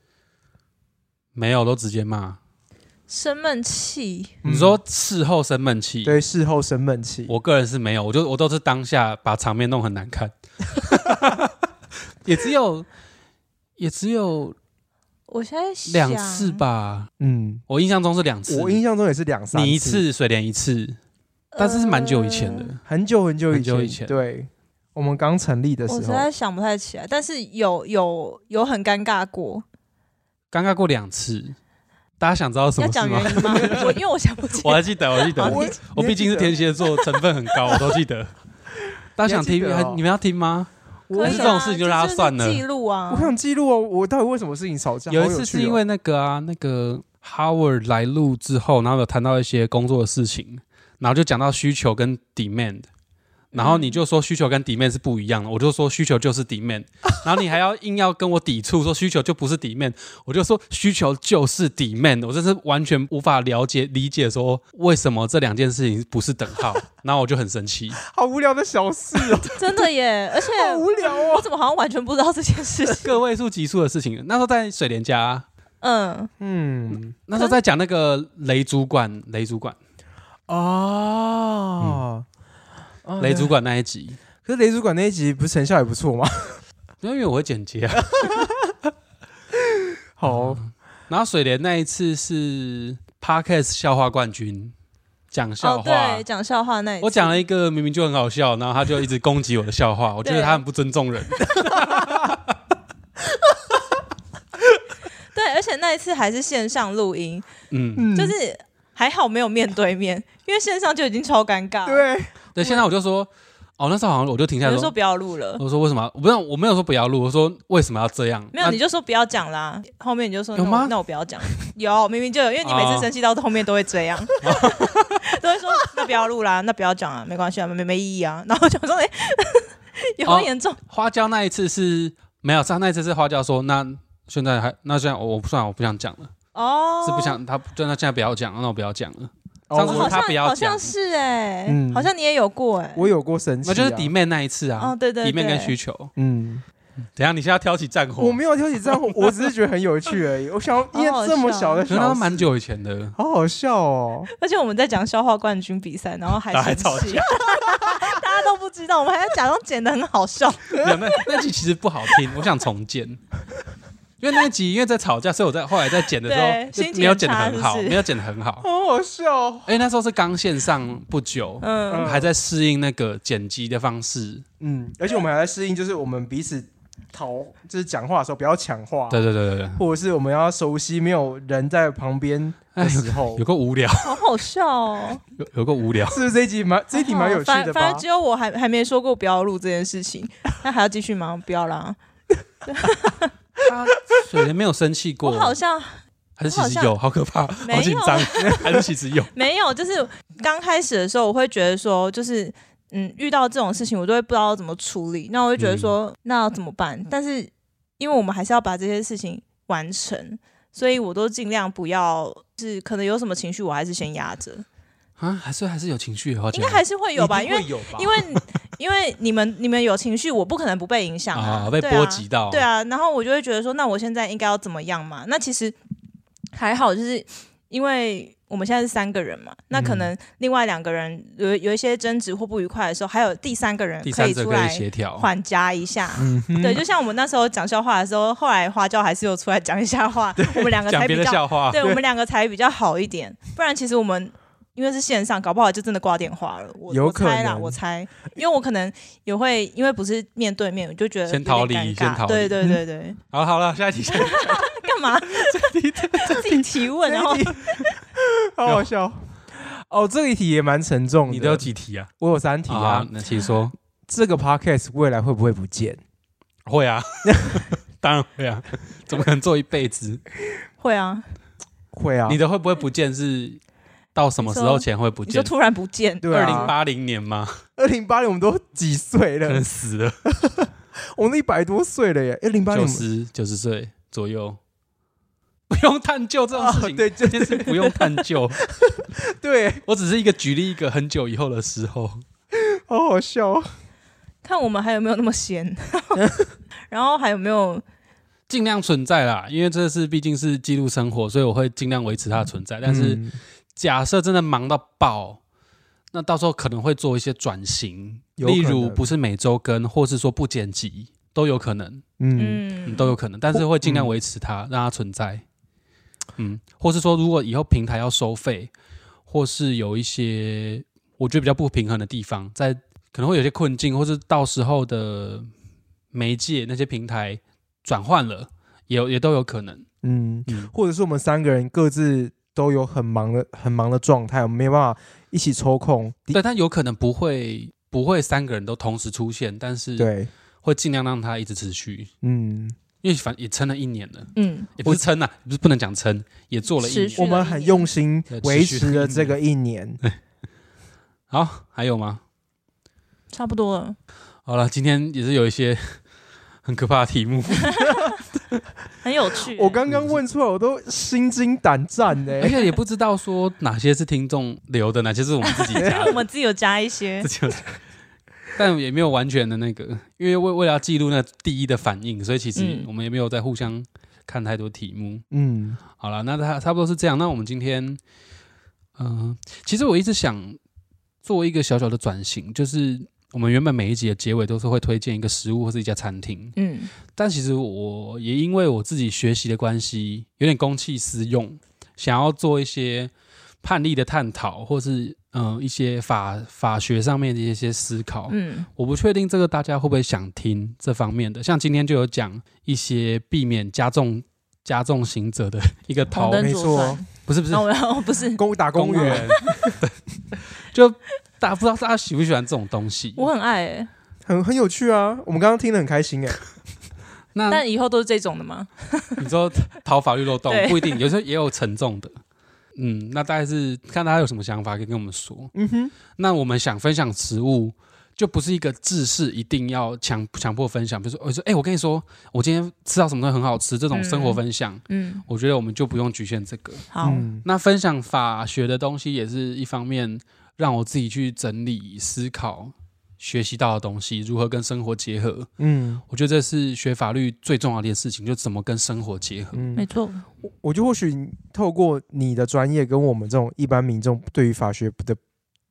Speaker 1: 没有都直接骂。
Speaker 2: 生闷气，
Speaker 1: 你说事后生闷气，
Speaker 3: 嗯对事后生闷气，
Speaker 1: 我个人是没有，我就我都是当下把场面弄很难
Speaker 3: [LAUGHS]
Speaker 1: 看，也只有也只有
Speaker 2: 我现在想
Speaker 1: 两次，吧，
Speaker 3: 嗯，
Speaker 1: 我印象中是两次，
Speaker 3: 我印象中也是两三
Speaker 1: 你一，次，水莲一次，但是是蛮久以前的
Speaker 2: 呃。
Speaker 3: 很久很久以
Speaker 1: 很久
Speaker 3: 前，
Speaker 1: 以前
Speaker 3: 对，我们刚成立的时
Speaker 2: 呃我实
Speaker 3: 候，
Speaker 2: 在想不太起来，但是有有有很尴尬过，
Speaker 1: 尴尬过两次。大家想知道什
Speaker 2: 要
Speaker 1: 么事
Speaker 2: 讲原
Speaker 1: 吗？
Speaker 2: 因吗？
Speaker 1: [LAUGHS]
Speaker 2: 我因为我想不起
Speaker 1: 我
Speaker 2: 来，
Speaker 1: 还记得，我记得，
Speaker 3: 我
Speaker 1: 我毕竟是天蝎座，成分很高，我都记得。大家想听
Speaker 3: 你还记得哦？
Speaker 1: 你们要听吗？
Speaker 3: 我
Speaker 2: 可
Speaker 1: 还
Speaker 2: 以
Speaker 1: 是
Speaker 2: 啊
Speaker 1: 这种事情就让它
Speaker 2: 是
Speaker 1: 算了
Speaker 2: 记录啊
Speaker 3: 我，想记录哦，我到底为什么事情吵架？
Speaker 1: 有一
Speaker 3: 好
Speaker 1: 次
Speaker 3: 趣
Speaker 1: 是因
Speaker 3: 哦
Speaker 1: 为那个啊，那个 Howard 来录之后，然后有谈到一些工作的事情，然后就讲到需求跟 demand，然后你就说需求跟 demand 是不一样的，我就说需求就是 demand，然后你还要硬要跟我抵触说需求就不是 demand，我就说需求就是 demand，我真是完全无法了解理解说为什么这两件事情不是等号，然后我就很生
Speaker 3: [LAUGHS]
Speaker 1: 气，
Speaker 3: 好无聊的小事
Speaker 1: [LAUGHS]
Speaker 3: 哦，
Speaker 2: 真的耶！而且
Speaker 3: 好无聊
Speaker 2: 我
Speaker 3: 哦。
Speaker 2: 怎么好像完全不知道这件
Speaker 1: [LAUGHS]
Speaker 2: 事情？
Speaker 1: 个位数级数的事情，那时候在水莲家啊、
Speaker 2: 嗯，
Speaker 3: 嗯，
Speaker 1: 那时候在讲那个雷主管，雷主管，
Speaker 3: 哦，哦
Speaker 1: 雷主，管那一集。
Speaker 3: 可是雷主管那一集不是成效也不错吗？
Speaker 1: 因为我会剪接
Speaker 2: [LAUGHS]
Speaker 1: 啊。
Speaker 3: 好，
Speaker 1: 然后水莲那一次是 Podcast 笑话冠军，讲笑话。
Speaker 2: 哦，对，讲笑话那一次
Speaker 1: 我讲了一个明明就很好笑，然后他就一直攻击我的笑
Speaker 2: [LAUGHS]
Speaker 1: 话，我觉得他很不尊重人。
Speaker 2: 对，而且那一次还是线上录音，
Speaker 1: 嗯，
Speaker 3: 嗯
Speaker 2: 就是还好没有面对面，因为线上就已经超尴尬。，
Speaker 3: 对，
Speaker 1: 对，现在我就说，哦，那时候好像我就停下
Speaker 2: 你
Speaker 1: 来
Speaker 2: 就说
Speaker 1: 说，
Speaker 2: 不要录了，
Speaker 1: 我说为什么要？我不是，我没有说不要录，我说为什么要这样？
Speaker 2: 没有
Speaker 1: 那
Speaker 2: 你就说不要讲啦。后面你就说
Speaker 1: 啊有
Speaker 2: 那
Speaker 1: 吗哦
Speaker 2: 我那我不要讲，有明明就有，因为你每次生气到后面都会
Speaker 1: [LAUGHS]
Speaker 2: 这样，都会说那不要录啦，那不要讲啊，没关系啊，没没意义啊。然后我就说哎， [LAUGHS] 有
Speaker 1: 哦
Speaker 2: 很严重，
Speaker 1: 花椒那一次是没有，上那一次是花椒说，那现在还那现在我我不算了，我不想讲了，
Speaker 2: 哦，嗯
Speaker 1: 是不。想他，就那现在不要讲，那我不要讲了。
Speaker 3: 哦
Speaker 1: 上
Speaker 2: 我
Speaker 1: 次
Speaker 2: 好
Speaker 1: 说
Speaker 2: 像
Speaker 1: 他不要
Speaker 2: 好
Speaker 1: 讲
Speaker 2: 像，是哎、
Speaker 3: 嗯
Speaker 2: 好像你也有过哎、
Speaker 3: 我有过生气
Speaker 1: 那
Speaker 3: 啊，
Speaker 1: 就是底面那一次啊
Speaker 2: 哦，，对对对，
Speaker 1: 底面跟需求。
Speaker 3: 嗯，
Speaker 1: 等一下，你现在要挑起战火？
Speaker 3: 我没有挑起战火，我只是觉得很有趣而已。我想要，因为这么小
Speaker 1: [LAUGHS]
Speaker 3: 的
Speaker 1: 可是那
Speaker 3: 小
Speaker 1: 都
Speaker 3: 事，
Speaker 1: 蛮久以前的。
Speaker 3: 好好笑哦。
Speaker 2: 而且我们在讲笑话冠军比赛，然后还
Speaker 1: 大家还
Speaker 2: 生
Speaker 1: 吵
Speaker 2: 气， [LAUGHS] 大家都不知道，我们还要假装剪得很好笑。
Speaker 1: 没有那那集其实不好听，我想重建。 [LAUGHS] 因为那一集因为在吵架，所以我在后来在剪的时
Speaker 2: 对
Speaker 1: 候
Speaker 2: 心
Speaker 1: 就
Speaker 2: 情
Speaker 1: 没有剪得
Speaker 2: 很差
Speaker 1: 很好，
Speaker 2: 是不是
Speaker 1: 没有剪得很好。
Speaker 3: 好好笑哦，
Speaker 1: 哎，那时候是刚线上不久，
Speaker 2: 嗯，
Speaker 1: 还在适应那个剪辑的方式。
Speaker 3: 嗯，而且我们还在适应，就是我们彼此讨，就是讲话的时候不要抢话，
Speaker 1: 对，对对对对，
Speaker 3: 或者是我们要熟悉没有人在旁边的时候
Speaker 1: 哎有，个无聊， [LAUGHS]
Speaker 2: 好好笑 [LAUGHS] 哦，
Speaker 1: 有有个无聊。
Speaker 3: 是不是这一集蛮这一题蛮有趣
Speaker 2: 反
Speaker 3: 的
Speaker 2: 反
Speaker 3: 吧
Speaker 2: 正只？有我还还没说过不要录这件事情，那还要继续吗？不要啦，
Speaker 1: 他水莲没有生气过
Speaker 2: 我，好像
Speaker 1: 还是其
Speaker 2: 我
Speaker 1: 实
Speaker 2: 好像
Speaker 1: 有，好可怕，
Speaker 2: 没有
Speaker 1: 好紧张， [LAUGHS] 还是其实有。
Speaker 2: [LAUGHS] 没有，就是刚开始的时候，我会觉得说，就是嗯，遇到这种事情，我都会不知道怎么处理。那我
Speaker 1: 嗯
Speaker 2: 就觉得说，那要怎么办？但是因为我们还是要把这些事情完成，所以我都尽量不要，就是可能有什么情绪，我还是先压着。
Speaker 1: 啊，还是还是有情绪，好
Speaker 2: 应
Speaker 1: 紧
Speaker 2: 该
Speaker 1: 张
Speaker 2: 还是会有吧，
Speaker 3: 一
Speaker 2: 因
Speaker 3: 定
Speaker 2: 为
Speaker 3: 会有吧
Speaker 2: 因为因为你们你们有情绪，我不可能不被影响
Speaker 1: 啊，被
Speaker 2: 对
Speaker 1: 波及到。
Speaker 2: 对啊，然后我就会觉得说，那我现在应该要怎么样嘛？那其实还好，就是因为我们现在是三个人嘛，那可能另外两个人有有一些争执或不愉快的时候，还有第三个人
Speaker 1: 第
Speaker 2: 可
Speaker 1: 三
Speaker 2: 以
Speaker 1: 者
Speaker 2: 出
Speaker 1: 可以
Speaker 2: 来
Speaker 1: 协调。嗯
Speaker 2: 缓夹一下。对，就像我们那时候讲笑话的时候，后来花椒还是有出来讲一
Speaker 1: [LAUGHS]
Speaker 2: 下话，我们两个
Speaker 1: 讲
Speaker 2: 才
Speaker 1: 别
Speaker 2: 比
Speaker 1: 的
Speaker 2: 较，
Speaker 1: 笑话，
Speaker 2: 对我们两个才比较好一点。不然其实我们。因为是线上，搞不好就真的挂电话了。我
Speaker 3: 有
Speaker 2: 我
Speaker 3: 可
Speaker 2: 猜啦，
Speaker 3: 能
Speaker 2: 我猜，因为我可能也会，因为不是面对面，我就觉得
Speaker 1: 先
Speaker 2: 有
Speaker 1: 逃
Speaker 2: 点
Speaker 1: 离
Speaker 2: 尴
Speaker 1: 先
Speaker 2: 尬
Speaker 1: 逃
Speaker 2: 对
Speaker 1: 离
Speaker 2: 对对对，
Speaker 1: 好好了，下一题，下一题。
Speaker 2: 干嘛？自己提问，然后
Speaker 3: 这一题好好笑。哦，这一题也蛮沉重的。
Speaker 1: 你都有几题啊？
Speaker 3: 我有三题啊
Speaker 1: 啊，。那请说。
Speaker 3: 这个 podcast 未来会不会不见？
Speaker 1: [LAUGHS] 会啊，当然会啊，怎么可能做一辈子？
Speaker 2: 会啊，
Speaker 3: 会啊
Speaker 1: 你，的会不会不见是到什么时候前会不
Speaker 2: 你说
Speaker 1: 见？
Speaker 2: 突然不见，
Speaker 3: 对
Speaker 1: 二零
Speaker 3: 啊，
Speaker 1: 八零年吗？
Speaker 3: 二零八零我们都几
Speaker 1: [LAUGHS]
Speaker 3: 岁
Speaker 1: 可能
Speaker 3: 了？
Speaker 1: 死了，
Speaker 3: 我们都一百多岁了耶！二零八零
Speaker 1: 九十九十岁左右，不用探究这种事情。
Speaker 3: 对，就
Speaker 1: 这件事不用探 [LAUGHS] 究，
Speaker 3: 对，
Speaker 1: 我只是一个举例一个很久以后的时候。
Speaker 3: 好好笑哦。
Speaker 2: 看我们还有没有那么闲，然后还有没有
Speaker 1: 尽量存在啦，因为这是毕竟是记录生活，所以我会尽量维持它的存在。但是
Speaker 3: 嗯
Speaker 1: 假设真的忙到爆，那到时候可能会做一些转型，
Speaker 3: 有可能
Speaker 1: 例如不是每周更，或是说不剪辑，都有可能，
Speaker 3: 嗯，
Speaker 2: 嗯
Speaker 1: 嗯都有可能。但是会尽量维持它，让它存在。嗯，或是说如果以后平台要收费，或是有一些我觉得比较不平衡的地方，在可能会有些困境，或是到时候的媒介那些平台转换了，也有也都有可能。
Speaker 3: 嗯，
Speaker 1: 嗯，
Speaker 3: 或者是我们三个人各自都有很忙的很忙的状态，我们没有办法一起抽空。
Speaker 1: 对，但有可能不会不会三个人都同时出现，但是
Speaker 3: 对，
Speaker 1: 会尽量让它一直持续，
Speaker 3: 嗯，
Speaker 1: 因为反也撑了一年了，
Speaker 2: 嗯，
Speaker 1: 也不是撑啊，不是不能讲撑，也做了一
Speaker 2: 持
Speaker 1: 年
Speaker 2: 续。
Speaker 3: 我们很用心
Speaker 1: 对
Speaker 3: 维
Speaker 1: 持续
Speaker 3: 持了这个一年。
Speaker 1: 好，还有吗？
Speaker 2: 差不多了，
Speaker 1: 好了，今天也是有一些 [LAUGHS] 很可怕的题目，
Speaker 2: 很有趣欸、
Speaker 3: 我刚刚问出来，我都心惊胆战
Speaker 1: [LAUGHS]
Speaker 3: 呢、
Speaker 1: 而且也不知道说哪些是听众留的，哪些是 [LAUGHS] 我们自己加
Speaker 2: 欸我
Speaker 1: 的，
Speaker 2: 们自己有加一些
Speaker 1: 这，就。但也没有完全的那个，因为为为了要记录那第一的反应，所以其实
Speaker 2: 嗯
Speaker 1: 我们也没有在互相看太多题目。
Speaker 3: [LAUGHS] 嗯，
Speaker 1: 好了，那它差不多是这样。那我们今天，嗯、其实我一直想做一个小小的转型，就是我们原本每一集的结尾都是会推荐一个食物或是一家餐厅，
Speaker 2: 嗯，
Speaker 1: 但其实我也因为我自己学习的关系，有点公器私用，想要做一些判例的探讨，或是嗯、呃一些法法学上面的一些思考。
Speaker 2: 嗯，
Speaker 1: 我不确定这个大家会不会想听这方面的，像今天就有讲一些避免加重加重刑责的一个逃
Speaker 2: 红灯
Speaker 3: 没
Speaker 2: 左
Speaker 3: 错
Speaker 2: 转，
Speaker 1: 不是不是
Speaker 2: 然，后然 [LAUGHS] 后不是，
Speaker 3: 公打公务员，，
Speaker 1: [LAUGHS] 就大家不知道大家喜不喜欢这种东西。
Speaker 2: 我很爱、欸，
Speaker 3: 很很有趣啊。我们刚刚听得很开心哎、
Speaker 1: 那
Speaker 2: 但以后都是这种的吗？
Speaker 1: 你说逃法律漏洞
Speaker 2: 对
Speaker 1: 不一定，有时候也有沉重的。嗯，那大概是看大家有什么想法可以跟我们说。
Speaker 3: 嗯哼，
Speaker 1: 那我们想分享食物，就不是一个制式一定要强强迫分享。比如说，我、说，哎、我跟你说，我今天吃到什么东西很好吃，这种生活分享，
Speaker 2: 嗯，
Speaker 1: 我觉得我们就不用局限这个。
Speaker 2: 好，
Speaker 3: 嗯
Speaker 1: 那分享法学的东西也是一方面，让我自己去整理、思考、学习到的东西，如何跟生活结合。
Speaker 3: 嗯
Speaker 1: 我觉得这是学法律最重要的一件事情，就怎么跟生活结合。
Speaker 3: 嗯
Speaker 2: 没错，
Speaker 3: 我我觉得或许你透过你的专业跟我们这种一般民众对于法学的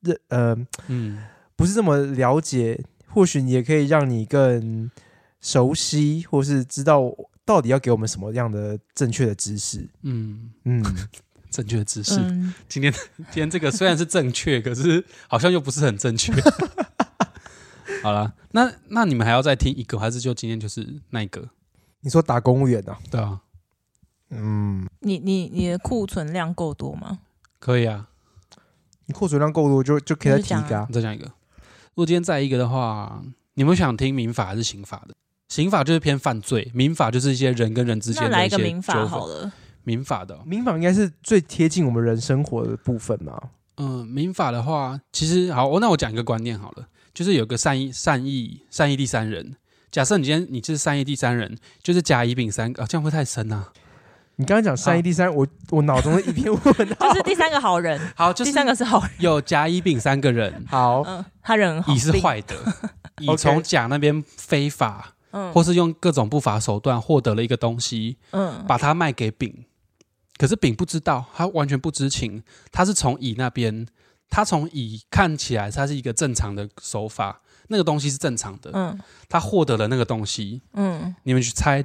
Speaker 3: 认呃
Speaker 1: 嗯，
Speaker 3: 不是这么了解，或许你也可以让你更熟悉，或是知道到底要给我们什么样的正确的知识。
Speaker 1: 嗯，
Speaker 3: [LAUGHS] 嗯，
Speaker 1: 正确的知识。
Speaker 2: 嗯，
Speaker 1: 今天今天这个虽然是正确，可是好像又不是很正确。 [LAUGHS] 好了，那那你们还要再听一个，还是就今天就是那一个？
Speaker 3: 你说打公务员啊？
Speaker 1: 对啊，
Speaker 3: 嗯，
Speaker 2: 你你你的库存量够多吗？
Speaker 1: 可以啊。
Speaker 3: 你库存量够多，就就可以再提
Speaker 2: 那就这
Speaker 3: 一个、
Speaker 2: 样
Speaker 3: 啊
Speaker 1: 你。再讲一个。如果今天再一个的话，你们想听民法还是刑法的？刑法就是偏犯罪，民法就是一些人跟人之
Speaker 2: 那
Speaker 1: 间的
Speaker 2: 来
Speaker 1: 一
Speaker 2: 一
Speaker 1: 些
Speaker 2: 个民法
Speaker 1: 纠
Speaker 2: 好
Speaker 1: 纷。
Speaker 2: 了，
Speaker 1: 民法的哦、
Speaker 3: 民法应该是最贴近我们人生活的部分嘛。
Speaker 1: 嗯，民法的话，其实好，我那我讲一个观念好了，就是有个善意、善意、善意第三人。假设你今天你是善意第三人，就是甲、乙、丙三个，啊，这样会太深啊。
Speaker 3: 你刚刚讲善意第三，我我脑中的一片问号。
Speaker 2: [LAUGHS] 就是第三个好人，
Speaker 1: 好， [LAUGHS] 就是
Speaker 2: 第三个是好人，
Speaker 1: 有甲、乙、丙三个人，
Speaker 3: 好，
Speaker 2: 嗯，他人 [LAUGHS] 很好，
Speaker 1: 乙是
Speaker 2: 并， [LAUGHS]
Speaker 1: 坏的，乙
Speaker 3: OK
Speaker 1: 从甲那边非法，
Speaker 2: 嗯
Speaker 1: 或是用各种不法手段获得了一个东西，
Speaker 2: 嗯，
Speaker 1: 把它卖给丙，可是丙不知道，他完全不知情，他是从乙那边，他从乙看起来他是一个正常的手法，那个东西是正常的，
Speaker 2: 嗯
Speaker 1: 他获得了那个东西，
Speaker 2: 嗯
Speaker 1: 你们去猜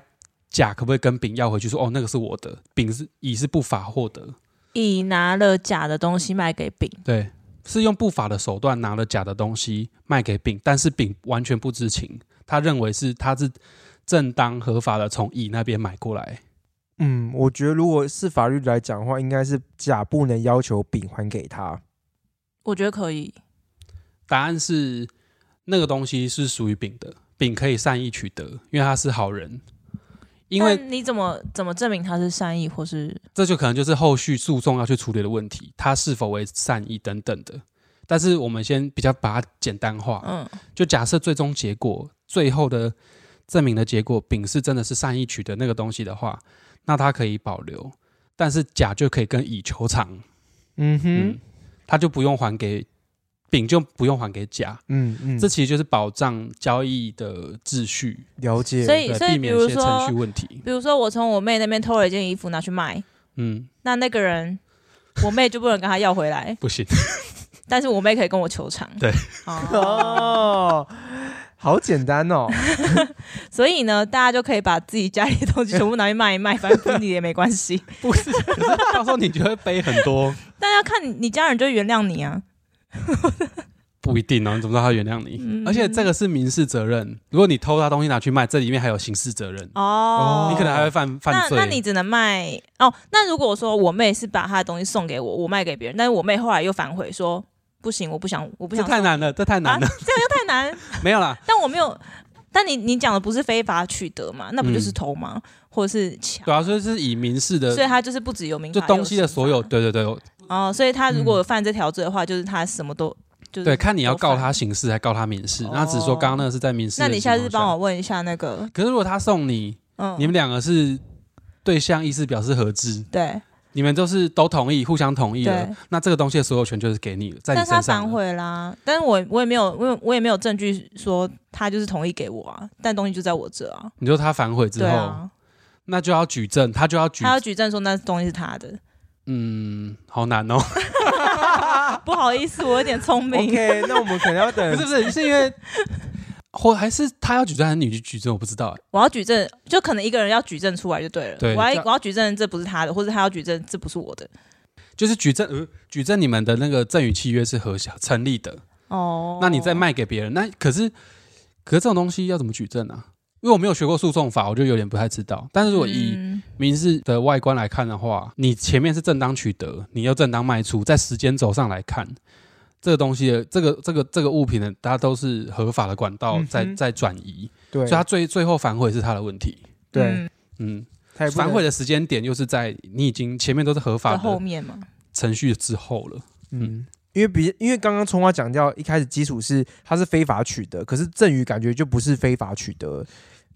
Speaker 1: 甲可不可以跟丙要回去说，哦，那个是我的，丙是乙是不法获得，
Speaker 2: 乙拿了假的东西卖给丙，
Speaker 1: 对，是用不法的手段拿了甲的东西卖给丙，但是丙完全不知情，他认为是他是正当合法的从乙那边买过来，
Speaker 3: 嗯，我觉得如果是法律来讲的话，应该是甲不能要求丙还给他。
Speaker 2: 我觉得可以，
Speaker 1: 答案是那个东西是属于丙的，丙可以善意取得，因为他是好人。因为
Speaker 2: 但你怎么怎么证明他是善意或是
Speaker 1: 这就可能就是后续诉讼要去处理的问题，它是否为善意等等的。但是我们先比较把它简单化，
Speaker 2: 嗯
Speaker 1: 就假设最终结果最后的证明的结果，丙是真的是善意取得那个东西的话，那它可以保留，但是甲就可以跟乙求偿，
Speaker 3: 嗯
Speaker 1: 嗯
Speaker 3: 哼，，
Speaker 1: 他就不用还给丙，就不用还给甲。
Speaker 3: 嗯嗯，
Speaker 1: 这其实就是保障交易的秩序，
Speaker 3: 了解。
Speaker 2: 所以
Speaker 1: 对，避
Speaker 2: 比
Speaker 1: 免一
Speaker 2: 如
Speaker 1: 些
Speaker 2: 说
Speaker 1: 程序问题。
Speaker 2: 比如说我从我妹那边偷了一件衣服拿去卖，
Speaker 1: 嗯，
Speaker 2: 那那个人我妹就不能跟他要回来，
Speaker 1: 不行，
Speaker 2: 但是我妹可以跟我求偿。
Speaker 1: 对，
Speaker 2: 哦，
Speaker 3: 哦，好简单哦。
Speaker 2: 所以呢，大家就可以把自己家里的东西全部拿去卖一卖，反正不理也没关系。
Speaker 1: [LAUGHS] 不 [LAUGHS] 是，可是到时候你就会背很多。
Speaker 2: [LAUGHS] 但要看你家人就会原谅你啊。
Speaker 1: 不一定哦，你怎么知道他原谅你？
Speaker 2: 嗯
Speaker 1: 而且这个是民事责任，如果你偷他东西拿去卖，这里面还有刑事责任，
Speaker 2: 哦，
Speaker 1: 你可能还会犯犯
Speaker 2: 那
Speaker 1: 罪。
Speaker 2: 那你只能卖哦。那如果说我妹是把她的东西送给我，我卖给别人，但是我妹后来又反悔说不行，我不想，我
Speaker 1: [LAUGHS]
Speaker 2: 不
Speaker 1: 这
Speaker 2: 想啊
Speaker 1: 太难了，这太难了，
Speaker 2: 太难。
Speaker 1: 没有啦。
Speaker 2: 但我没有，但你你讲的不是非法取得嘛？那不就是偷
Speaker 1: 嗯
Speaker 2: 吗？或者是抢？
Speaker 1: 对啊，所以是以民事
Speaker 2: 所以
Speaker 1: 的，
Speaker 2: 他就是不只有民法，
Speaker 1: 啊就东西的所有，
Speaker 2: 也刑
Speaker 1: 对对对
Speaker 2: 法哦。所以他如果犯这条罪的话，就是他什么都就是
Speaker 1: 对，看你要告
Speaker 2: 都
Speaker 1: 他
Speaker 2: 犯。
Speaker 1: 刑事还告他民事
Speaker 2: 哦。
Speaker 1: 那只是说刚刚那个是在民事，
Speaker 2: 那你下次帮。我问一下那个，
Speaker 1: 可是如果他送你，
Speaker 2: 嗯，
Speaker 1: 你们两个是对象意思表示合致，
Speaker 2: 对，
Speaker 1: 你们都是都同意，互相同意了
Speaker 2: 对，
Speaker 1: 那这个东西的所有权就是给你了，在你
Speaker 2: 但是他
Speaker 1: 身上
Speaker 2: 反
Speaker 1: 了。
Speaker 2: 悔啦，但是我我也没有，我也我也没有证据说他就是同意给我啊，但东西就在我这啊，
Speaker 1: 你说他反悔之
Speaker 2: 对
Speaker 1: 后，
Speaker 2: 啊，
Speaker 1: 那就要举证，他就要举
Speaker 2: 他要举证说那东西是
Speaker 1: [LAUGHS]
Speaker 2: 他的，
Speaker 1: 嗯，好难哦。
Speaker 2: 不好意思，我有点聪明，
Speaker 3: OK，那我们可能要
Speaker 1: [LAUGHS] 不
Speaker 3: 等
Speaker 1: [LAUGHS] 是不是，是因为或还是他要举证还是你去举证，我不知道欸。
Speaker 2: [LAUGHS] 我要举证，就可能一个人要举证出来就对了，
Speaker 1: 对
Speaker 2: 我
Speaker 1: 这
Speaker 2: 要
Speaker 1: 样
Speaker 2: 我要举证这不是他的，或者他要举证这不是我的，
Speaker 1: 就是举证，呃，举证你们的那个赠与契约是核销成立的，
Speaker 2: 哦，
Speaker 1: 那你再卖给别人，那可是可是这种东西要怎么举证啊？因为我没有学过诉讼法，我就有点不太知道。但是如果以
Speaker 2: 嗯
Speaker 1: 民事的外观来看的话，你前面是正当取得，你又正当卖出，在时间轴上来看，这个东西的这个这个这个物品呢，它都是合法的管道
Speaker 3: 嗯哼
Speaker 1: 在、在转移，
Speaker 3: 对
Speaker 1: 所以他最最后反悔是他的问题。
Speaker 3: 对，
Speaker 2: 嗯
Speaker 1: 嗯，
Speaker 3: 他也不能
Speaker 1: 反悔的时间点就是在你已经前面都是合法
Speaker 2: 在后
Speaker 1: 的
Speaker 2: 面嘛，
Speaker 1: 程序之后了。
Speaker 3: 嗯，因为比因为刚刚葱花讲掉，一开始基础是它是非法取得，可是赠与感觉就不是非法取得，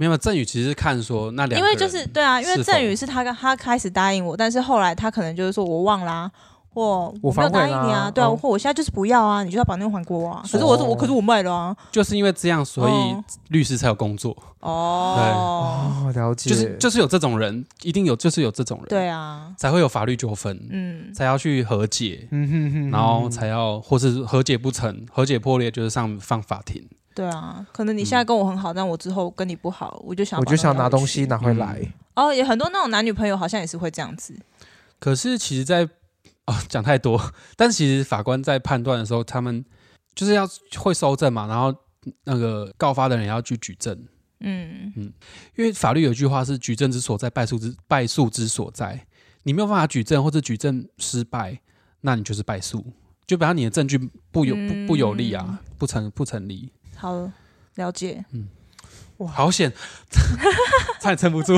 Speaker 1: 没有，郑宇其实是看说那两
Speaker 2: 因
Speaker 1: 个人，
Speaker 2: 为就是对啊，因为
Speaker 1: 是否
Speaker 2: 郑宇是他跟他开始答应我，但是后来他可能就是说我忘啦、或
Speaker 3: 我
Speaker 2: 没有
Speaker 3: 反悔
Speaker 2: 答
Speaker 3: 啦
Speaker 2: 应你啊，对啊，
Speaker 3: 哦
Speaker 2: 或我现在就是不要啊，你就要把那个还给我啊。可是
Speaker 3: 哦
Speaker 2: 我说我，可是我卖了啊。
Speaker 1: 就是因为这样，所以
Speaker 2: 哦
Speaker 1: 律师才有工作，
Speaker 2: 哦，
Speaker 3: 哦，了解，
Speaker 1: 就是就是有这种人，一定有就是有这种人，
Speaker 2: 对，啊，
Speaker 1: 才会有法律纠纷，
Speaker 2: 嗯，
Speaker 1: 才要去和解，
Speaker 3: 嗯哼哼
Speaker 1: 然后才要或是和解不成，和解破裂就是上放法庭。
Speaker 2: 对啊，可能你现在跟我很好，但我之后跟你不好，我就想
Speaker 3: 嗯我就想拿东
Speaker 2: 把
Speaker 3: 西
Speaker 2: 它
Speaker 3: 拿回来，
Speaker 2: 哦，也很多那种男女朋友好像也是会这样子，
Speaker 1: 可是其实在，哦讲太多，但其实法官在判断的时候，他们就是要会收证嘛，然后那个告发的人也要去举证。
Speaker 2: 嗯，
Speaker 1: 因为法律有一句话是“举证之所在，败诉之败诉之所在”。你没有办法举证，或者举证失败，那你就是败诉，就表示你的证据不有不不有利
Speaker 3: 嗯
Speaker 1: 啊，不成不成立。
Speaker 2: 好，了解。
Speaker 1: 好险， [LAUGHS] 差点撑
Speaker 2: [LAUGHS]
Speaker 1: 不住，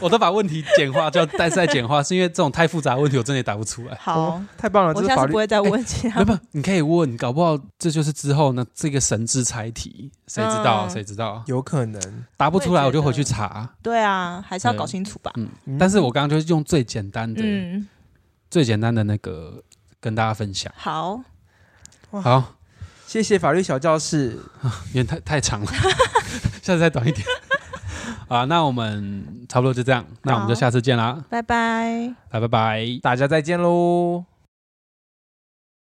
Speaker 1: 我都把问题简化，叫再再简化，是因为这种太复杂的问题我真的也答不出来。
Speaker 2: 好，
Speaker 3: 太棒了，哦这
Speaker 2: 我
Speaker 3: 是
Speaker 2: 下
Speaker 3: 法
Speaker 2: 次
Speaker 3: 律哎
Speaker 2: 不会再问其他
Speaker 1: 没有，没有你可以问，搞不好这就是之后呢这个神之猜题，谁知道？
Speaker 2: 嗯
Speaker 1: 谁知道？
Speaker 3: 有可能，
Speaker 1: 答不出来
Speaker 2: 我也觉得
Speaker 1: 我就回去查。
Speaker 2: 对啊，还是要搞清楚吧。
Speaker 3: 嗯
Speaker 1: 但是我刚刚就是用最简单的，
Speaker 2: 嗯，
Speaker 1: 最简单的那个跟大家分享。
Speaker 2: 好，哦
Speaker 1: 好，
Speaker 3: 谢谢法律小教室，
Speaker 1: 因为太太长
Speaker 2: [LAUGHS]
Speaker 1: 了，下次再短一点。啊，那我们差不多就这样，那我们就
Speaker 2: 好
Speaker 1: 下次见啦，
Speaker 2: 拜拜。
Speaker 1: 来，拜拜。
Speaker 3: 大家再见喽。